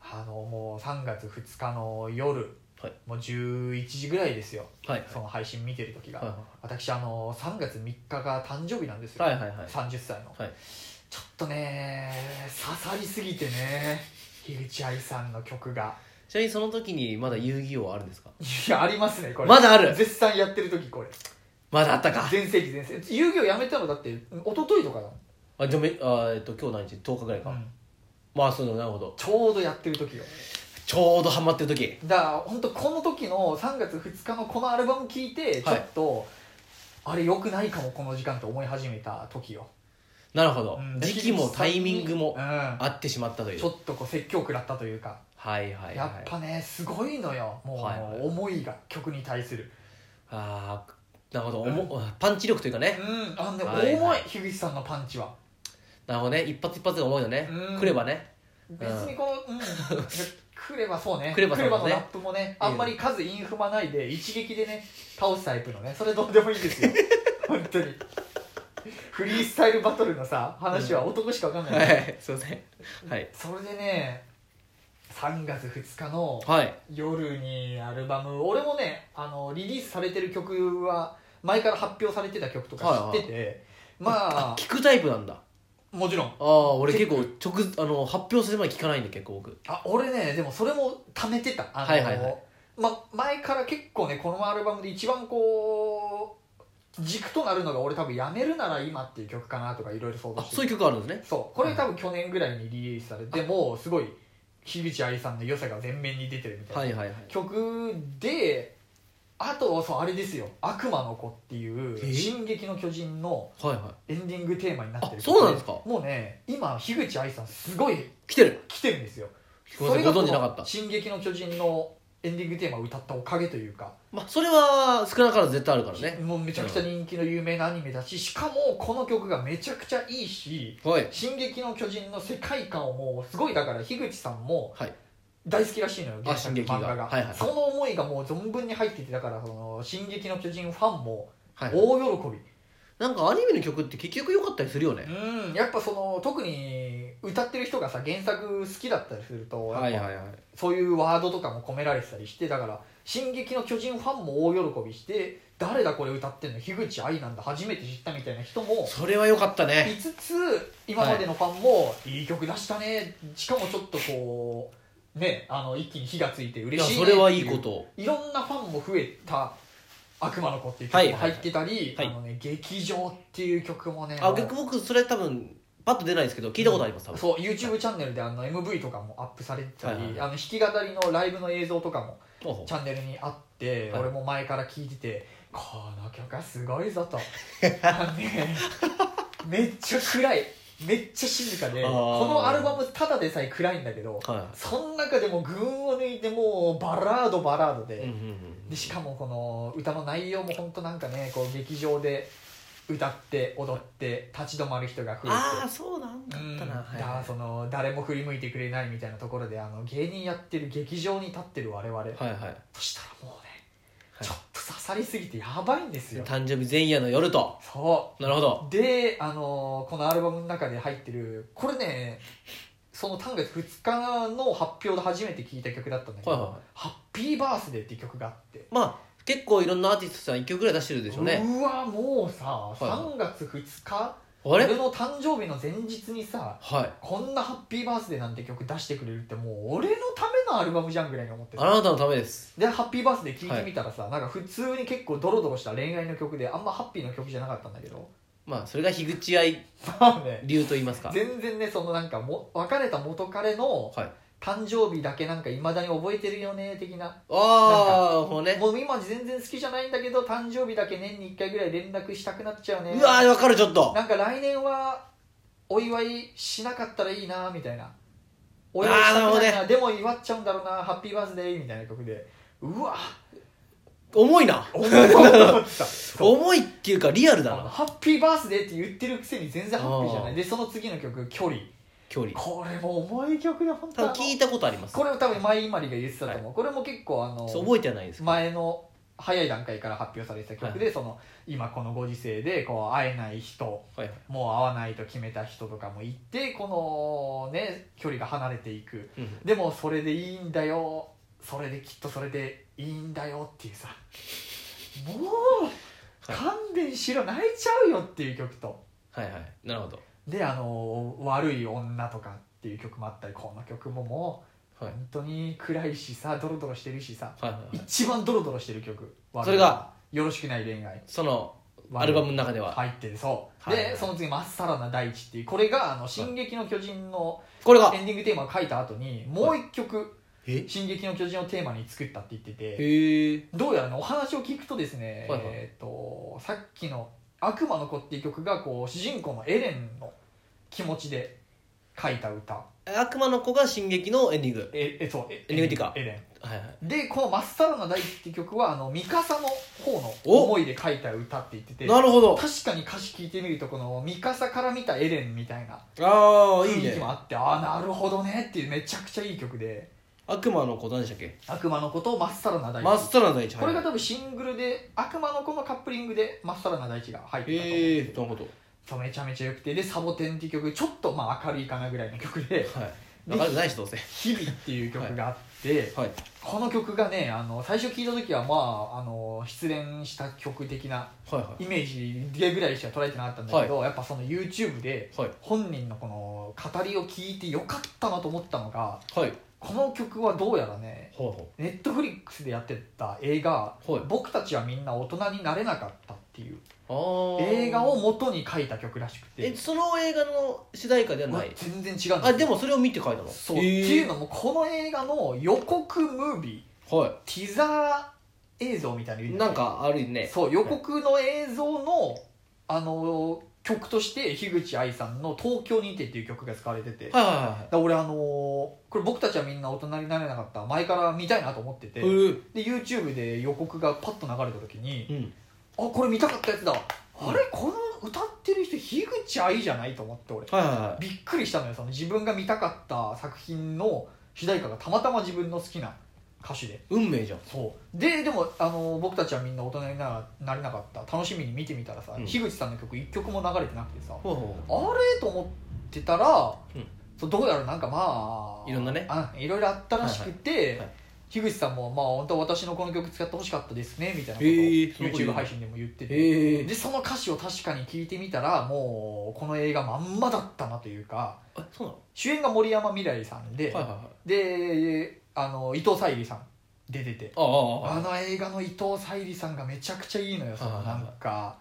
あのもう3月2日の夜、
はい
もう11時ぐらいですよ
はい
その配信見てる時が、
は
私あの3月3日が誕生日なんですよ、
はいはいはい
30歳の、
はい
ちょっとね刺さりすぎてね樋口愛さんの曲が
ちなみにその時にまだ遊戯王はあるんですか
いやありますねこれ
まだある
絶賛やってる時これ
まだあったか
全盛期全盛期遊戯をやめたのだって一昨日とかだもん、
あじゃあめあえっと今日何日10日ぐらいか、まあそうだなるほど
ちょうどやってる時よ
ちょうどハマってる時
だから本当この時の3月2日のこのアルバム聴いてちょっと、あれ良くないかもこの時間って思い始めた時よ、
なるほど、
うん
時期もタイミングも
うん
合ってしまったという
ちょっとこう説教食らったというか、
はいはいはい
やっぱねすごいのよもう、
はいはい
思いが曲に対する
ああなるほど、おもパンチ力というかね、
うんあのね、
はいはい
重い樋口さんのパンチは
なるほどね一発一発が重いのね、
うん
来ればね
別にこ の、うんクレバそうね
クレバそうね
のラップもねあんまり数インフマないで一撃でね倒すタイプのねそれどうでもい いですよ本当にフリースタイルバトルのさ話は男しか分かん
は
ない、
いすいませんはい
それでね3月2日の
はい
夜にアルバム俺もねあのリリースされてる曲は前から発表されてた曲とか知ってて、まあ
聞くタイプなんだ
もちろん
ああ俺結構直あの発表する前に聞かないんで結構僕
あ俺ねでもそれも貯めてたあの、
はいはいはい
ま、前から結構ねこのアルバムで一番こう軸となるのが俺多分「やめるなら今」っていう曲かなとかいろいろ想像
あ
して
そういう曲あるんですね
そうこれ多分去年ぐらいにリリースされてもうすごい樋口愛さんの良さが前面に出てるみたいな、
はいはいはい
曲であとそうあれですよ「悪魔の子」っていう
え
「進撃の巨人」の
はいは
エンディングテーマになってる
あそうなんですか
もうね今樋口愛さんすごい
い来てる
来てるんですよ
ごめんなさい
そ
ご
れが
存知なかった
進撃の巨人」のエンディングテーマを歌ったおかげというか
まあそれは少なからず絶対あるからね
もうめちゃくちゃ人気の有名なアニメだししかもこの曲がめちゃくちゃいいし
はい
「進撃の巨人」の世界観をもうすごいだから樋口さんも
はい
大好きらしいのよ原作
進撃が
漫画が、
はいはい
その思いがもう存分に入っててだからその「進撃の巨人」ファンも
はいはい
大喜び、
なんかアニメの曲って結局良かったりするよね
うんやっぱその特に歌ってる人がさ原作好きだったりすると、
はい
やっ
は
ぱ
いはい
そういうワードとかも込められてたりしてだから「進撃の巨人」ファンも大喜びして誰だこれ歌ってんの樋口愛なんだ初めて知ったみたいな人も
それは良かったね
いつつ今までのファンも、い、い曲出したねしかもちょっとこうねあの一気に火がついて
い
嬉
や
しいね
そ
って
れ
う
はいいこと
いろんなファンも増えた「悪魔の子」っていう曲も入ってた
はい
り、
はいはい
あのね「劇場」っていう曲もね
あ
もう
逆僕それ多分パッと出ないですけど聞いたことあります多分
そう YouTube チャンネルであの MV とかもアップされてたり、
はいはい
あの弾き語りのライブの映像とかも
おほ
チャンネルにあって、
はい
俺も前から聞いててこの曲はすごいぞと あのねめっちゃ暗いめっちゃ静かで
あ
こ
ー
のアルバムただでさえ暗いんだけど
は
その中でも群を抜いてもうバラードバラードで,、
いうんうんうん
でしかもこの歌の内容も本当なんかねこう劇場で歌って踊って立ち止まる人が増えて
ああそうなんだったな、
うんだからその誰も振り向いてくれないみたいなところであの芸人やってる劇場に立ってる我々、
はいはい、はい
そしたらもうね、
はい
ちょっと刺さりすぎてやばいんですよ
誕生日前夜の夜と
そ
なるほど
うで、あのーこのアルバムの中で入ってるこれねその3月2日の発表で初めて聴いた曲だったんだけど「
はいはい
ハッピーバースデー」っていう曲があって
まあ結構いろんなアーティストさん1曲ぐらい出してるでしょうね
うわもうさ
いはい
3月2日、
あれ
俺の誕生日の前日にさ
はい
こんなハッピーバースデーなんて曲出してくれるってもう俺のためのアルバムじゃんぐらいに思って
あ
た
なたのためです
でハッピーバースデー聴いてみたらさ、なんか普通に結構ドロドロした恋愛の曲であんまハッピーの曲じゃなかったんだけど
まあそれが樋口愛
まあね
流と言い ますか
全然ねそのなんかも別れた元彼の
はい
誕生日だけなんかいまだに覚えてるよね的な
ああもうね
もう今全然好きじゃないんだけど誕生日だけ年に1回ぐらい連絡したくなっちゃうね
うわーわかるちょっと
なんか来年はお祝いしなかったらいいなみたいなお祝い
あ
し
ーなる
た
ほど
くな
ね
いなでも祝っちゃうんだろうなハッピーバースデーみたいな曲で うわ
重いな
重いと思ったそう
重いっていうかリアルだ
あの
な
ハッピーバースデーって言ってるくせに全然ハッピーじゃな
あ
い
ー
でその次の曲「距離
距」離
これも重い曲で本
多
当
分聞いたことあります
これを多分前今里が言ってたと思う、これも結構あの
そう覚えてはないですけど
前の早い段階から発表されてた曲で、その今このご時世でこう会えない人
はいはい
もう会わないと決めた人とかもいてこのね距離が離れていく
うん
でもそれでいいんだよそれできっとそれでいいんだよっていうさもう
はい
勘弁しろ泣いちゃうよっていう曲と
はいはいなるほど
であの「悪い女」とかっていう曲もあったりこの曲ももう
はい
本当に暗いしさドロドロしてるしさ
はいはいはい
一番ドロドロしてる曲
それが
「よろしくない恋愛
その」アルバムの中では
入ってるそう、
はいはい
でその次「まっさらな大地」っていうこれが「あの進撃の巨人」の
これが
エンディングテーマを書いた後にもう一曲、
え
進撃の巨人」をテーマに作ったって言ってて
へえ
どうやらねお話を聞くとですね、
はいはい
えー、とさっきの「悪魔の子」っていう曲がこう主人公のエレンの気持ちで書いた歌
悪魔の子が進撃のエンディング
ええそうえ
エンディングテーマ
エレン
はいはい
でこの「まっさらな大地」っていう曲はあのミカサの方の
お
思いで書いた歌って言ってて
なるほど
確かに歌詞聞いてみるとこのミカサから見たエレンみたいな
ああいい
雰囲気
ね
もあってああなるほどねっていうめちゃくちゃいい曲で
悪魔の子何でしたっけ
悪魔の子とまっさらな大
真
地
っさらな大地
これが多分シングルで悪魔の子のカップリングでまっさらな大地が入ってたと思うん
へえなるほ
ですけど
ど
そうめちゃめちゃ良くてで「サボテン」っていう曲ちょっとまあ明るいかなぐらいの曲 で
はいかるないしどうせ
「日々」っていう曲があって、
はい
この曲がねあの最初聴いた時はまああの失恋した曲的な
はいは
イメージでぐらいしか捉えてなかったんだけど、やっぱその YouTube で
いはい
本人のこの語りを聞いてよかったなと思ったのが
はい
この曲はどうやらね
ほうほ
ネットフリックスでやってた映画「
はい
僕たちはみんな大人になれなかった」っていう
うああ
映画を元に書いた曲らしくて
えその映画の主題歌では
うわ
ない
全然違うんですよ
あでもそれを見て書いたの
そう、
へえ
っていうのもこの映画の予告ムービー
は
ティザー映像みたいないの
なんかあるね
そう予告の映像の、あの曲として樋口愛さんの「東京にて」っていう曲が使われてて、だか
はいはいは
ら俺あのーこれ僕たちはみんな大人になれなかった前から見たいなと思ってて、
いうん
で YouTube で予告がパッと流れた時に、
うん
あこれ見たかったやつだあれこの歌ってる人樋口愛じゃないと思って俺
はいはいはい
びっくりしたのよその自分が見たかった作品の主題歌がたまたま自分の好きな歌手で
運命じゃん
そうででもあの僕たちはみんな大人にななれなかった楽しみに見てみたらさ、
うん
樋口さんの曲一曲も流れてなくてさあ
ほうほう
れと思ってたら、
うん
そうどうやらなんかまあ
いろんなね
あいろいろあったらしくて、
いはい
樋口さんも、まあ、本当は私のこの曲使ってほしかったですねみたいな
へー
ことを YouTube 配信でも言ってて、
ええ
でその歌詞を確かに聞いてみたらもうこの映画まんまだったなというか
あそうなの
主演が森山未來さんで、
はいはいはい
であの伊藤沙莉さん出てて
ああああ
あ
あ
の映画の伊藤沙莉さんがめちゃくちゃいいのよその
はいはい
な
はい
んか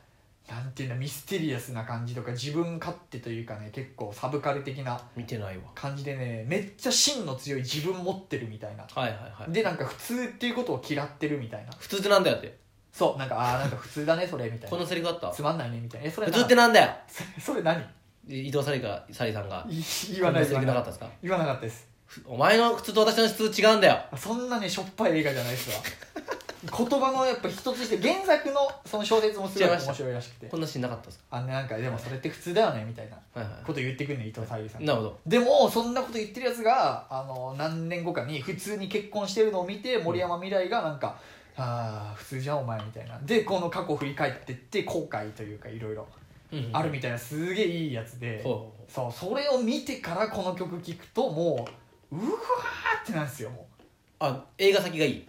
なんていうんだミステリアスな感じとか自分勝手というかね結構サブカル的な
見てないわ
感じでねめっちゃ芯の強い自分持ってるみたいな
はいはいはい
でなんか普通っていうことを嫌ってるみたいな
普通ってなんだよって
そうなんかあーなんか普通だねそれ みたい
この
な
セリフあった
つまんないねみたいなえそれ
普
な
通ってなんだよ
それ何
伊藤沙莉か沙莉さんが
い言わない
こんセ
言
リフなか
わなか
っ
ったた
ですか
言わなかったです
ふお前の普通と私の普通違うんだよ
そんなねしょっぱい映画じゃないですわ言葉のやっぱ一つして原作のその小説もすごい面白いらしくて
こんなシーンなかったです
あのなんかでもそれって普通だよねみたいな
かはいは
こと言ってくんね伊藤沙莉さん
い
が
なるほど
でもそんなこと言ってるやつがあの何年後かに普通に結婚してるのを見て森山未来がなんか「ああ普通じゃんお前」みたいなでこの過去振り返ってって後悔というかいろいろ
うん
あるみたいなすげえいいやつで
ほうほうほ
そうそれを見てからこの曲聴くともううわーってなんですよもう
うあ映画先がいい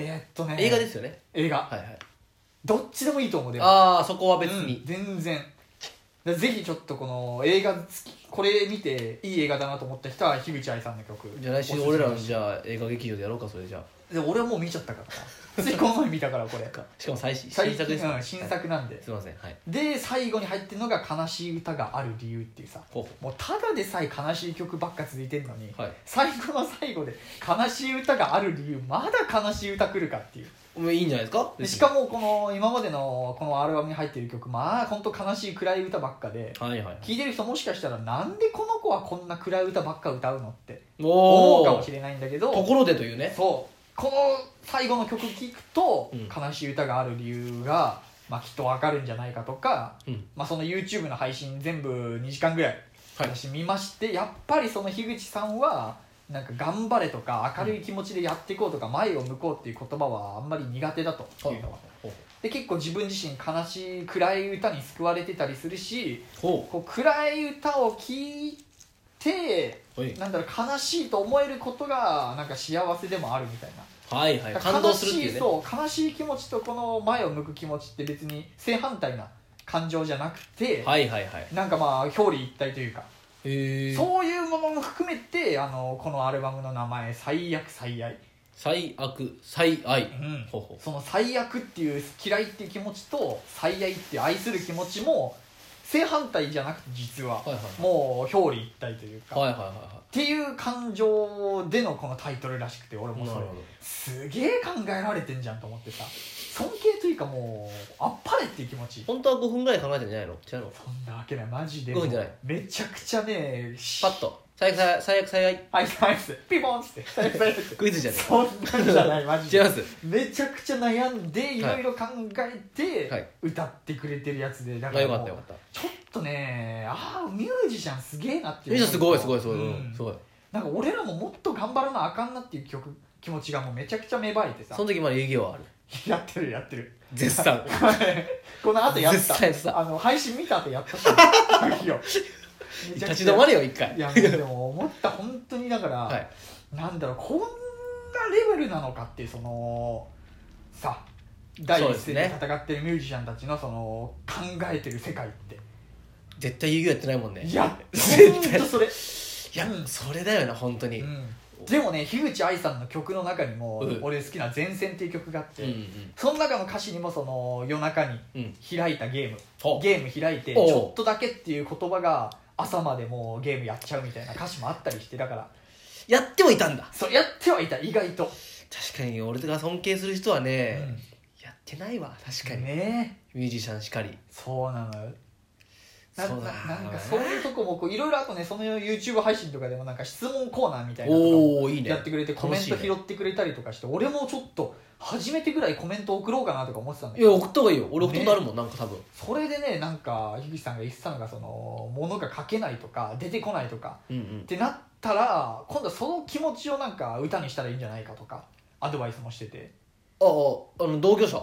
えーっとね
映画ですよね
映画
はいはい
どっちでもいいと思うでも
ああそこは別に
うん全然だからぜひちょっとこの映画好きこれ見ていい映画だなと思った人は樋口愛さんの曲
じゃあ来週
おすすめ
俺らのじゃあ映画劇場でやろうかそれじゃあ
で俺はもう見ちゃったから さついこの前見たからこれ
かしかも最新
最
新作ですね
うん新作なんで、
はいすいませんはい
で最後に入ってるのが「悲しい歌がある理由」っていうさ
ほうほ
もうただでさえ悲しい曲ばっか続いてんのに、
うはい
最後の最後で悲しい歌がある理由まだ悲しい歌来るかっていう
もういいんじゃないですか
でしかもこの今までのこのアルバムに入ってる曲まあ本当悲しい暗い歌ばっかで
はいはい
聴いてる人もしかしたらなんでこの子はこんな暗い歌ばっか歌うのって
お
思
お
うかもしれないんだけど
ところでというね
そうこの最後の曲聴くと
うん
悲しい歌がある理由が、まあ、きっとわかるんじゃないかとか、
うん
まあ、その YouTube の配信全部2時間ぐらい
はい
私見まして、やっぱりその樋口さんはなんか頑張れとか明るい気持ちでやっていこうとか前を向こうっていう言葉はあんまり苦手だというのは、
ほう
で結構自分自身悲しい暗い歌に救われてたりするし
ほ
こう暗い歌を聴いて
うはい
なんだろう悲しいと思えることがなんか幸せでもあるみたいな
はいはい
だから
感動するっていう
悲しい
ね
そう悲しい気持ちとこの前を向く気持ちって別に正反対な感情じゃなくて、
はいはいはい
なんかまあ表裏一体というか、
へえ
そういうものも含めてあのこのアルバムの名前「最悪最愛」
最悪最愛
うん
ほうほう
その最悪っていう嫌いっていう気持ちと最愛っていう愛する気持ちも正反対じゃなくて実は、
はいはい
もう表裏一体というか、
はいはいはいは
っていう感情でのこのタイトルらしくて俺
い
も
な
そ
る
れ
ほど
すげえ考えられてんじゃんと思ってさ尊敬というかもうあっぱれっていう気持ち
本当は5分ぐらい考えてんじゃないの違うの
そんなわけないマジで
ごめんじゃない
めちゃくちゃねし
パッと最悪最悪最悪最愛
アイスアイスピボン っつってアイスアイス
クイズじゃね
そんなんじゃないマ ジ
え違いま
ですめちゃくちゃ悩んでいろいろ考え
は
て
い
歌ってくれてるやつでだ
あよかった
も
よ
う
かった
ちょっとねああミュージシャンすげえなってい
みー
う
ちゃんすごいすごいすごい、
う
うん
ん
すごい
なんか俺らももっと頑張らなあかんなっていう曲気持ちがもうめちゃくちゃ芽生えてさ
その時まだ営業はある
やってるやっ てる
絶賛
この後やっ
絶対
た
さ
あの配信見た後やったし いいよめち
立
ゃく
ち
ちゃ
止まれよ一回
いやもうでも思った本当にだから、
はい
なんだろうこんなレベルなのかっていうそのさ第一線で戦ってるミュージシャンたちのその考えてる世界って、
絶対営業やってないもんね
いや
絶対
ほんとそれ、
いや、
うん
それだよな本当に、
う
うん
んでもね樋口愛さんの曲の中にも、
うん
俺好きな「前線」っていう曲があって、
うん
その中の歌詞にもその夜中に
うんうん
開いたゲーム
ほう
ゲーム開いてち
おう
ょっとだけっていう言葉が朝までもうゲームやっちゃうみたいな歌詞もあったりしてだから
やってもいたんだ
そうやってはいた意外と、
確かに俺が尊敬する人はね、
うん
やってないわ確かに、
ねえ
ミュージシャンしかり
そうなのよな
そうだ
ななんかそういうとこもこういろいろあとねその YouTube 配信とかでもなんか質問コーナーみたいなの
おおーいいね
やってくれてコメント
楽しい
拾ってくれたりとかして俺もちょっと初めてぐらいコメント送ろうかなとか思ってたんだ
ね
け
いや
ど
送った方がいいよ俺送ったことあるもん、なんか多分
それでねなんか樋口さんが言ってたのがその物が書けないとか出てこないとか
うんう
っ
ん
てなったら今度はその気持ちをなんか歌にしたらいいんじゃないかとかアドバイスもしてて
あああの同居者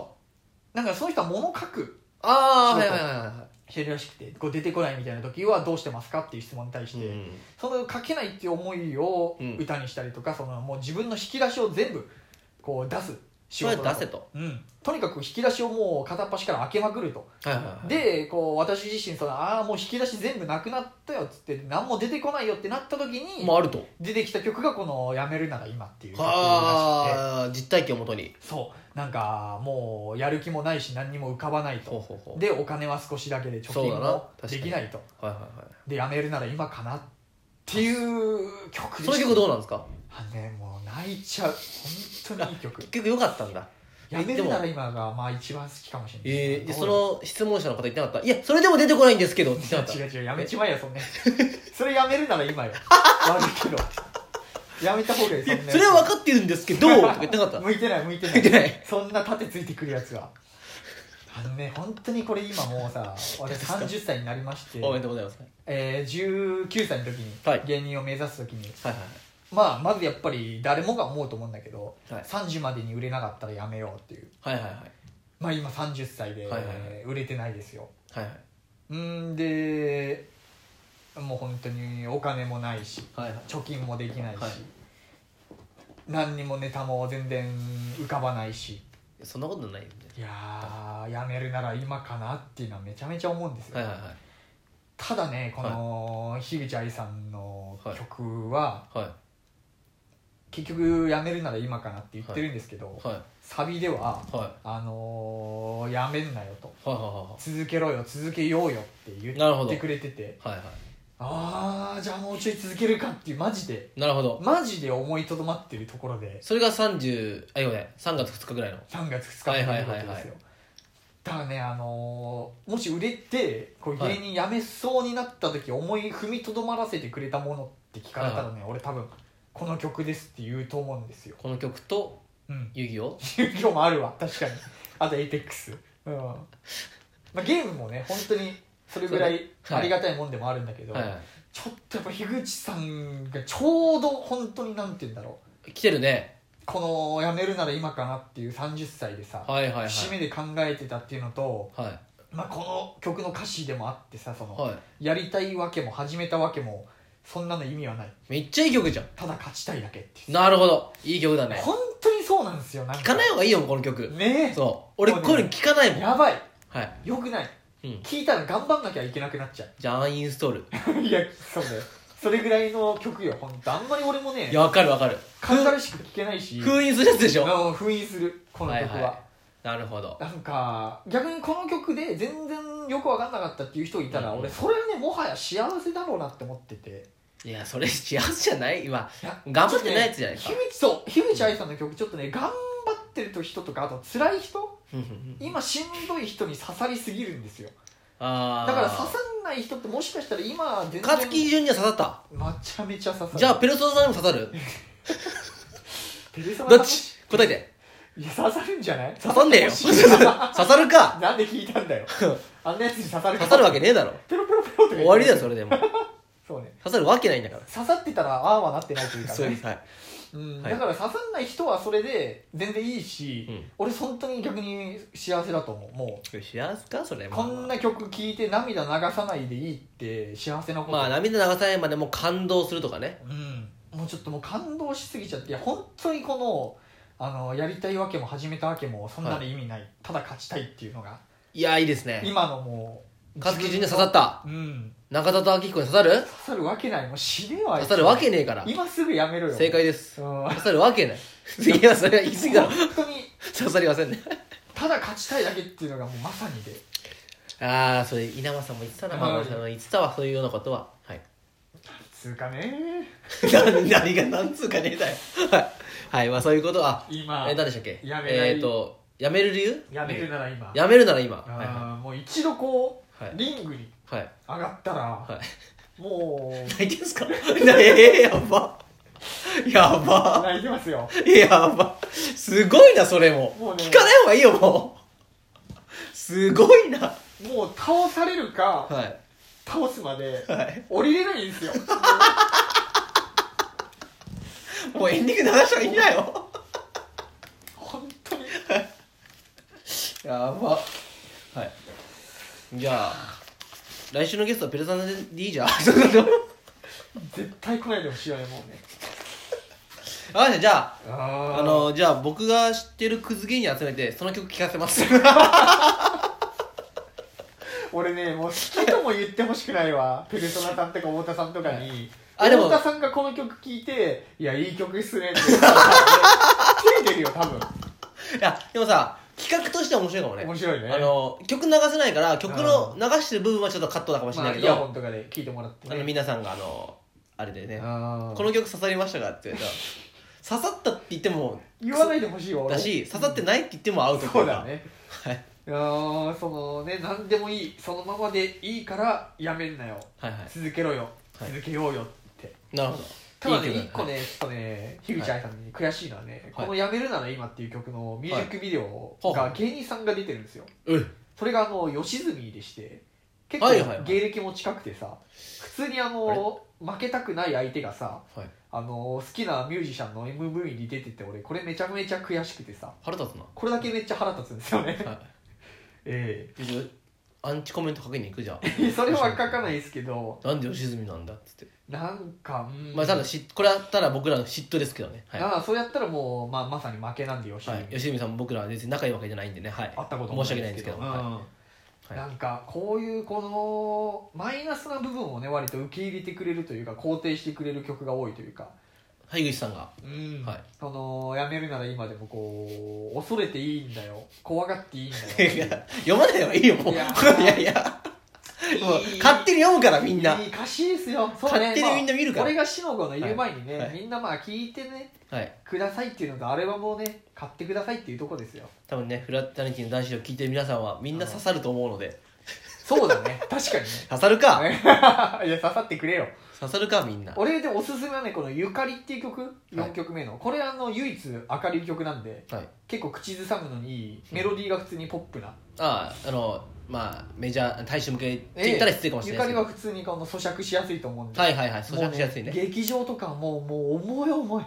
なんかその人は物書く
ああ
仕
はい
事
はいはいは
してるらしくてこう出てこないみたいな時はどうしてますかっていう質問に対し
い、
て、その書けないっていう思いを
うん
歌にしたりとか、そのもう自分の引き出しを全部こう出す仕
それ
事
出
だ
せと
うん、とにかく引き出しをもう片っ端から開けまくると、
はいはいはい
でこう私自身そのああもう引き出し全部なくなったよっつって何も出てこないよってなった時に、
まああると
出てきた曲がこの「やめるなら今」っていう曲らしくて
はあ実体験をもとに
そうなんかもうやる気もないし何にも浮かばない
ほう
と
ほうほう
でお金は少しだけで貯
そうだ
金
な
も
確か
で
に
きないと
はいはいは
でやめるなら今かなっていう曲
い
で
その曲どうなんですか
あのねもう泣いちゃう本当にいい 曲
結局良かったんだ
やめるなら今がまあ一番好きかもしれない
ええでその質問者の方言ってなかったいやそれでも出てこ ないんですけどって言ってなかっ
違
た
う違うやめちまえよそんな それやめるなら今よ悪いけどやめた方がいい
い
そ
や
んな
それは分かってるんですけどとか言ってなかった
向いてない向いて ない
向いてない
そんな盾ついてくるやつはあのね本当にこれ今もうさ私30歳になりまして、
おめでとうございます
えー、19歳の時に
はい
芸人を目指す時に、
はいはいはい
まあまずやっぱり誰もが思うと思うんだけど、
はい
30までに売れなかったらやめようっていう
はいはいはい
まあ今30歳で
はいはいは
売れてないですよ、
はいはいう
ーんでもう本当にお金もないし
はいはい
貯金もできないし、
はい
何にもネタも全然浮かばないし
そんなことないよね
いやーやめるなら今かなっていうのはめちゃめちゃ思うんですよ、
はいはいはい
ただねこの樋口愛さんの曲は、
はい
結局やめるなら今かなって言ってるんですけど、
はい
サビでは
はいはい
「あのー、やめんなよ」と
はい
「続けろよ続けようよ」って言
なるほ
っ
ど
てくれてて
はいはいは
ああじゃあもうちょい続けるかっていうマジで
いなるほど
マジで思いとどまってるところで
それが30あいやね3月2日ぐらいの
3月2日
はい
に
はい
出
はい
るわ
は
け
い
ですよだからねあのーもし売れてこう芸人辞めそうになった時、思い踏みとどまらせてくれたものって聞かれたらね、俺多分この曲ですって言うと思うんですよ
この曲と
うん
遊戯を
宗教もあるわ確かにあとエイペックスうん、まあ、ゲームもね本当にそれぐらい
そう
あ
はい
りがたいもんでもあるんだけど、
はいは
ちょっとやっぱ樋口さんがちょうど本当になんて言うんだろう
い来てるね
このやめるなら今かなっていう30歳でさ、
はいはいはい
節目で考えてたっていうのと、
はい
まあ、この曲の歌詞でもあってさその、
はい
やりたいわけも始めたわけもそんなの意味はない
めっちゃいい曲じゃん
ただ勝ちたいだけっていう
なるほどいい曲だね
本当にそうなんですよなんか
聞かない方がいいよこの曲
ね
そう俺こういうの聞かない
え
もん
やばい
はい
よくない
うん
聞いたら頑張んなきゃいけなくなっちゃ
じゃあアンインストール
う いやそうだよそれぐらいの曲よ本当あんまり俺もね
いやわかるわかる
軽々しく聴けないし
封印するやつでしょ
うん封印するこの曲は、
はいはなるほど
なんか逆にこの曲で全然よく分かんなかったっていう人いたら、
うん
俺それはねもはや幸せだろうなって思ってて
いやそれ幸せじゃない今
いや
頑張ってないやつじゃないか
ちょっとね樋口そう樋口愛さんの曲ちょっとね頑張ってる人とかあと辛い人今しんどい人に刺さりすぎるんですよ
あ
だ
あ
から刺さんない人ってもしかしたら今全然
勝木順には刺さった
めちゃめちゃ刺さる
じゃあペルソナさんにも刺さる
ペルソナ
どっち答えて
いや刺さるんじゃない
刺さんねえよ
刺さってほしい な
刺さるか
なんで聞いたん だよあんなやつに刺さる
刺さるわ
け
けねえだろ
ペロペロペロとか言って
終わりだよそれでも
そうね
刺さるわけないんだから
刺さってたらああはなってないというか、ね、
そうですはい
うん
はい
だから刺さんない人はそれで全然いいし、
うん
俺本当に逆に幸せだと思うも
幸せかそれ
う
まあ
こ
まあ
んな曲聴いて涙流さないでいいって幸せなこと、
まあ涙流さないまでもう感動するとかね
うん、もうちょっともう感動しすぎちゃっていや本当にこのあのやりたいわけも始めたわけもそんなの意味ない、ただ勝ちたいっていうのが
いやいいですね
今のもう
勝木順には刺さった
うん
中里明彦に刺さる
刺さるわけないもう死ねわ
刺さるわけねえから
今すぐやめろよ
正解です
うん
刺さるわけ ない 次はそれは言い過ぎだろ
本当に
刺さりませんね
ただ勝ちたいだけっていうのがもうまさにで
ああそれ稲葉さんも言ってたな
はい
ママさんも言ってたわそういうようなことははい
つうかね
何何が何つうかねえだよはいはいまあそういうことは
今
えー何でしたっけ
やめない
えっ、とやめる理由
やめるなら今
やめるなら今、はい
あーもう一度こ
は
う
い
リングに
はい
上がったら、
は
も
いう泣いてんすか ええやばやば
泣いてますよ
やばすごいなそれも
もうね
聞かない方がいいよもうすごいな
もう倒されるか、
は
倒すまで
いはい
降りれないんですよ
もうエンディング流したらいいんだよ
本当に
やばはいじゃあ来週のゲストはペルソナでいいじゃん そうそうそう
絶対来ないでほしいわねもうね
わかりましたじゃ あ
あ
あのじゃあ僕が知ってるクズ芸人集めてその曲聴かせます
俺ねもう好きとも言ってほしくないわペルソナさんとか太田さんとかに
あでも
太田さんがこの曲聴いて「いやいい曲っ すね」って言ったら多分ねついてるよ多分
いやでもさ企画としては面白いかもね
面白いね
あの曲流せないから曲の
う
流してる部分はちょっとカットだかもしれ
ま
な
あ
いけど、
イヤ
あ
ホンとかで聴いてもらってね
の皆さんがあのあれでね
あー
この曲刺さりましたかって言われたら刺さったって言っても
言わないでほしいわ俺
だし刺さってないって言ってもアウトってい
そう
うか
だね
はい
いやーそのね何でもいいそのままでいいからやめんなよ
はいは
続けろよ、
はい
続けようよって
いなるほ
た
ど
だね
曲
一個ねちょっとね樋口愛さんに悔しいのはね、
はい
この「やめるなら今」っていう曲のミュージックビデオ
は
が
い
芸人さんが出てるんですよ
はいうん
それがあの吉住でして結構
はいはいはい
芸歴も近くてさ普通にあの負けたくない相手がさ
はい
あの好きなミュージシャンの MV に出てて俺これめちゃめちゃ悔しくてさ
腹立つな
これだけめっちゃ腹立つんですよね
はい
え
ちょっとアンチコメントかけに行くじゃん
え それは書かないですけど
なんで吉住なんだっつって
なんかうん
まあただしこれはただ僕らの嫉妬ですけどねはい
ああそうやったらもう、まあ、まさに負けなんで吉住、
はい、吉住さんも僕らは別に仲いいわけじゃないんでね、はい、
会ったことも
申し訳ないんですけど、
うん
ははい
なんかこういうこのマイナスな部分をね割と受け入れてくれるというか肯定してくれる曲が多いというか、
い、はい、口さんが、
うん
はい
そのやめるなら今でもこう恐れていいんだよ怖がっていいんだよ
いや読まない方がいいよ、もう、い
いや
や いや、もう勝手に読むから、みんな、
いい歌詞ですよそう
勝手にみんな見るから
まあ、俺がしのごの言う前にね、
はいはい
みんなまあ聞いてね
はい、
くださいっていうのとあれはもうね買ってくださいっていうとこですよ
多分ね、フラッタニティの男子を聞いてる皆さんは、みんな刺さると思うので、
そうだね 確かにね
刺さるか、
いや刺さってくれよ
刺さるか、みんな、は
俺でおすすめはねこの「ゆかり」っていう曲4曲目の、これあの唯一明るい曲なんで
い、
結構口ずさむのにいいメロディーが普通にポップな、
ああ、あの、まあ、メジャー、大衆向けって言ったら失礼かもしれない
ゆ
で
か
す
りは普通にこの咀嚼しやすいと思うん
け
で、
ど、はいはいはい、咀
もう
嚼しやすいね、
劇場とかもうもう重い重い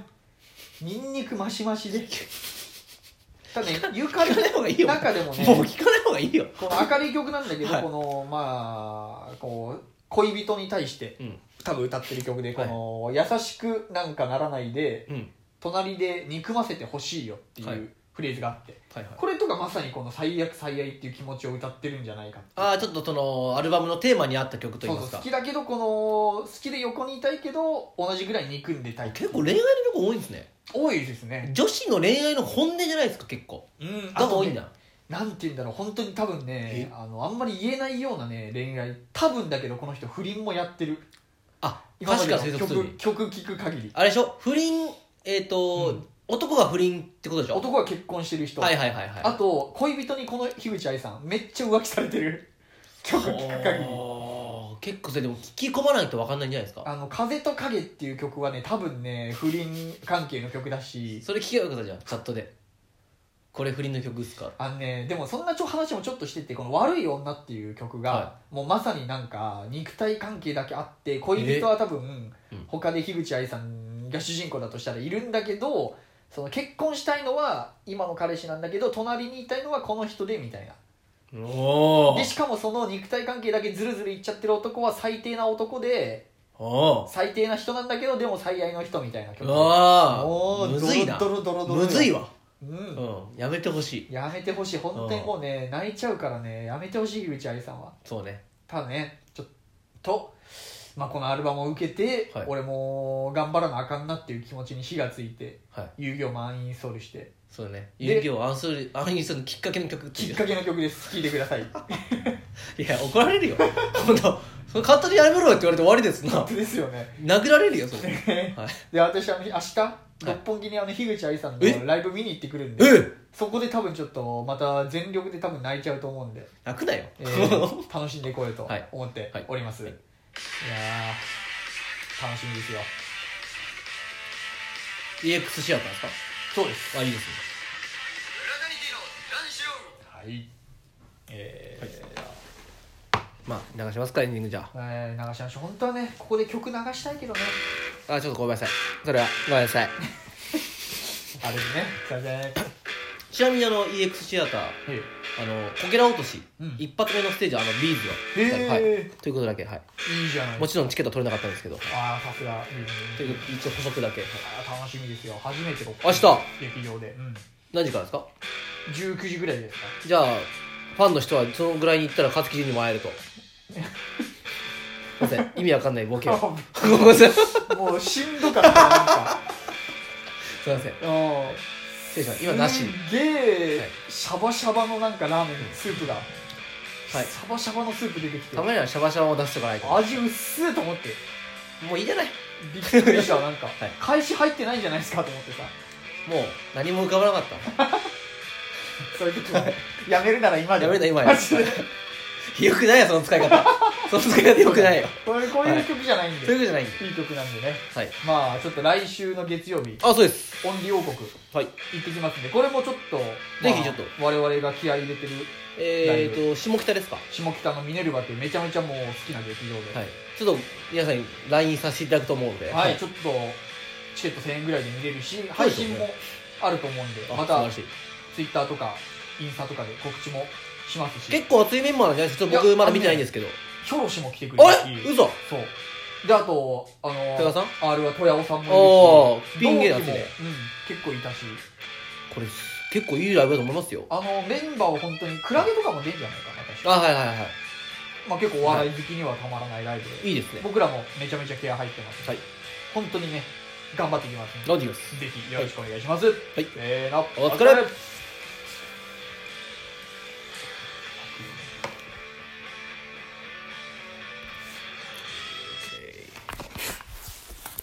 ニンニクマシマシ でただねゆかり
聞かない方がいいよ
の中でも
もう
ね
聞かない方がいいよ、
この明るい曲なんだけど、
はい
このまあこう恋人に対して
うん、
多分歌ってる曲でこの、優しくなんかならないで
うん、
隣で憎ませてほしいよって
はい
いうフレーズがあって、
はいはい。
これとかまさにこの「最悪最愛」っていう気持ちを歌ってるんじゃないかっていう
ああ、ちょっとその、アルバムのテーマに合った曲といい
そ
うま
そう
すか
好き。だけどこの好きで横にいたいけど同じぐらい憎んでたい
結構恋愛の曲多いんですね。
多いですね
女子の恋愛の本音じゃないですか結構
うん
が多いんだ
なんて言うんだろう本当に多分ねあのあんまり言えないようなね恋愛多分だけどこの人不倫もやってる
あ
今ま
確
で
か
の
に推測する
曲
に
曲聞く限り
あれでしょ不倫えっ、と、
うん
男が不倫ってことでしょ
男は結婚してる人、
はいはいはいはい
あと恋人にこの樋口愛さんめっちゃ浮気されてる曲聞く限り
おー結構それでも聞き込まないと分かんないんじゃないですか
あの「風と影」っていう曲はね多分ね不倫関係の曲だし
それ聞けばよかったじゃんチャットでこれ不倫の曲っすか
あのねでもそんなちょ話もちょっとしててこの「悪い女」っていう曲が、
は
もうまさになんか肉体関係だけあって恋人は多分、
うん
他で樋口愛さんが主人公だとしたらいるんだけどその結婚したいのは今の彼氏なんだけど隣にいたいのはこの人でみたいな
お
でしかもその肉体関係だけズルズルいっちゃってる男は最低な男で
おお
最低な人なんだけどでも最愛の人みたいな曲
うわ
も
ー
う
むずいな
ドロドロドロドロ
むずいわ、
う
うんん、やめてほしい
やめてほしい本当にもうね泣いちゃうからねやめてほしい樋口愛さんは
そうね
ただねちょっと、まあ、このアルバムを受けて、
はい
俺も頑張らなあかんなっていう気持ちに火がついて
はい
遊戯王満員ソールして
そうね
で
遊戯をアンソルアンインソルのきっかけの曲って
き
い
っ
う
かけの曲です聴いてください
いや怒られるよ本当それ簡単にやめろよって言われて終わりですな
本当ですよね
殴られるよそれ、はい、
で私あの明日六本木にあの樋口愛さん
え
のライブ見に行ってくるんで
え
そこで多分ちょっとまた全力で多分泣いちゃうと思うんで、
泣くなよ、
えー楽しんでいこうよと
はい
思って
はい
おります、、
はいい
やー楽しみですよ
EX シアターですか
そうです
あいいですね
谷ティのラジオ
はいえー
まあ流しますかエンディングじゃ
えー流しましょう本当はねここで曲流したいけどね
ああちょっとごめんなさいそれはごめんなさい
あれでねじゃじゃーん
ちなみにあの EX シアターあのこけら落とし、
うん
一発目のステージはあのビーズを、
へー
はい、ということだけ、はい、
いいじゃない
もちろんチケット取れなかったんですけど
ああさすがいいね
という一応補足だけ、はい
あー楽しみですよ初めての
明日
劇場で、うん、
何時からですか
19時ぐらいですか
じゃあファンの人はそのぐらいに行ったら勝木順にも会えるとすいません意味わかんないボケを ごめんなさいす
もうしんどかったなんか
いません
うん
失礼しました今なしに
すんげえ、
はい
シャバシャバのなんかラーメンスープが、
はい
シャバシャバのスープ出てきて
たまにはシャバシャバを出しておかないと
味薄いと思って
もういいじゃない
びっくりしたなんか、
い
開始入ってないんじゃないですかと思ってさ
もう何も浮かばなかった
そういう時はやめるなら今で
やめるな今や
マジで
よくないよその使い方その使い方よくないよ
これこういう曲じゃないんで、
そういうこと
い、
じゃないんで
い曲なんでね
はい
まあちょっと来週の月曜日
あそうです
オンリー王国
はい
行ってきますんでこれもちょっと、
ぜひちょっと
まあ我々が気合い入れてる
えーと下北ですかは
下北のミネルヴァっていうめちゃめちゃもう好きな劇場で
いちょっと皆さんに LINE させていただくと思うので
はい、ち
ょっ
ょっとチケット1000円ぐらいで見れるし配信もあると思うんで
と
ま
素晴
た
らしい
ツイッターとかインスタとかで告知もしますし
結構熱いメンバーなんじゃないですかちょっと
いや
僕まだ見てないんですけど
ヒョロシも来てくれる
あ
し
れ嘘
そうであとあの
戸田さん
R は戸谷さんも
お
いるし
ーピン芸
同
だ
期
し
も、うん
ね、
結構いたし
これ結構いいライブだと思いますよ
あのメンバーは本当にクラゲとかも出るんじゃないかな確
あ
か
はいはいは
まあ、結構お笑い好きにはたまらないライブで、
いいいですね
僕らもめちゃめちゃケア入ってます、
はい
本当にね頑張っていきますんで
ラディオス
ぜひよろしくお願いします、
い
せーの
お疲れ
お疲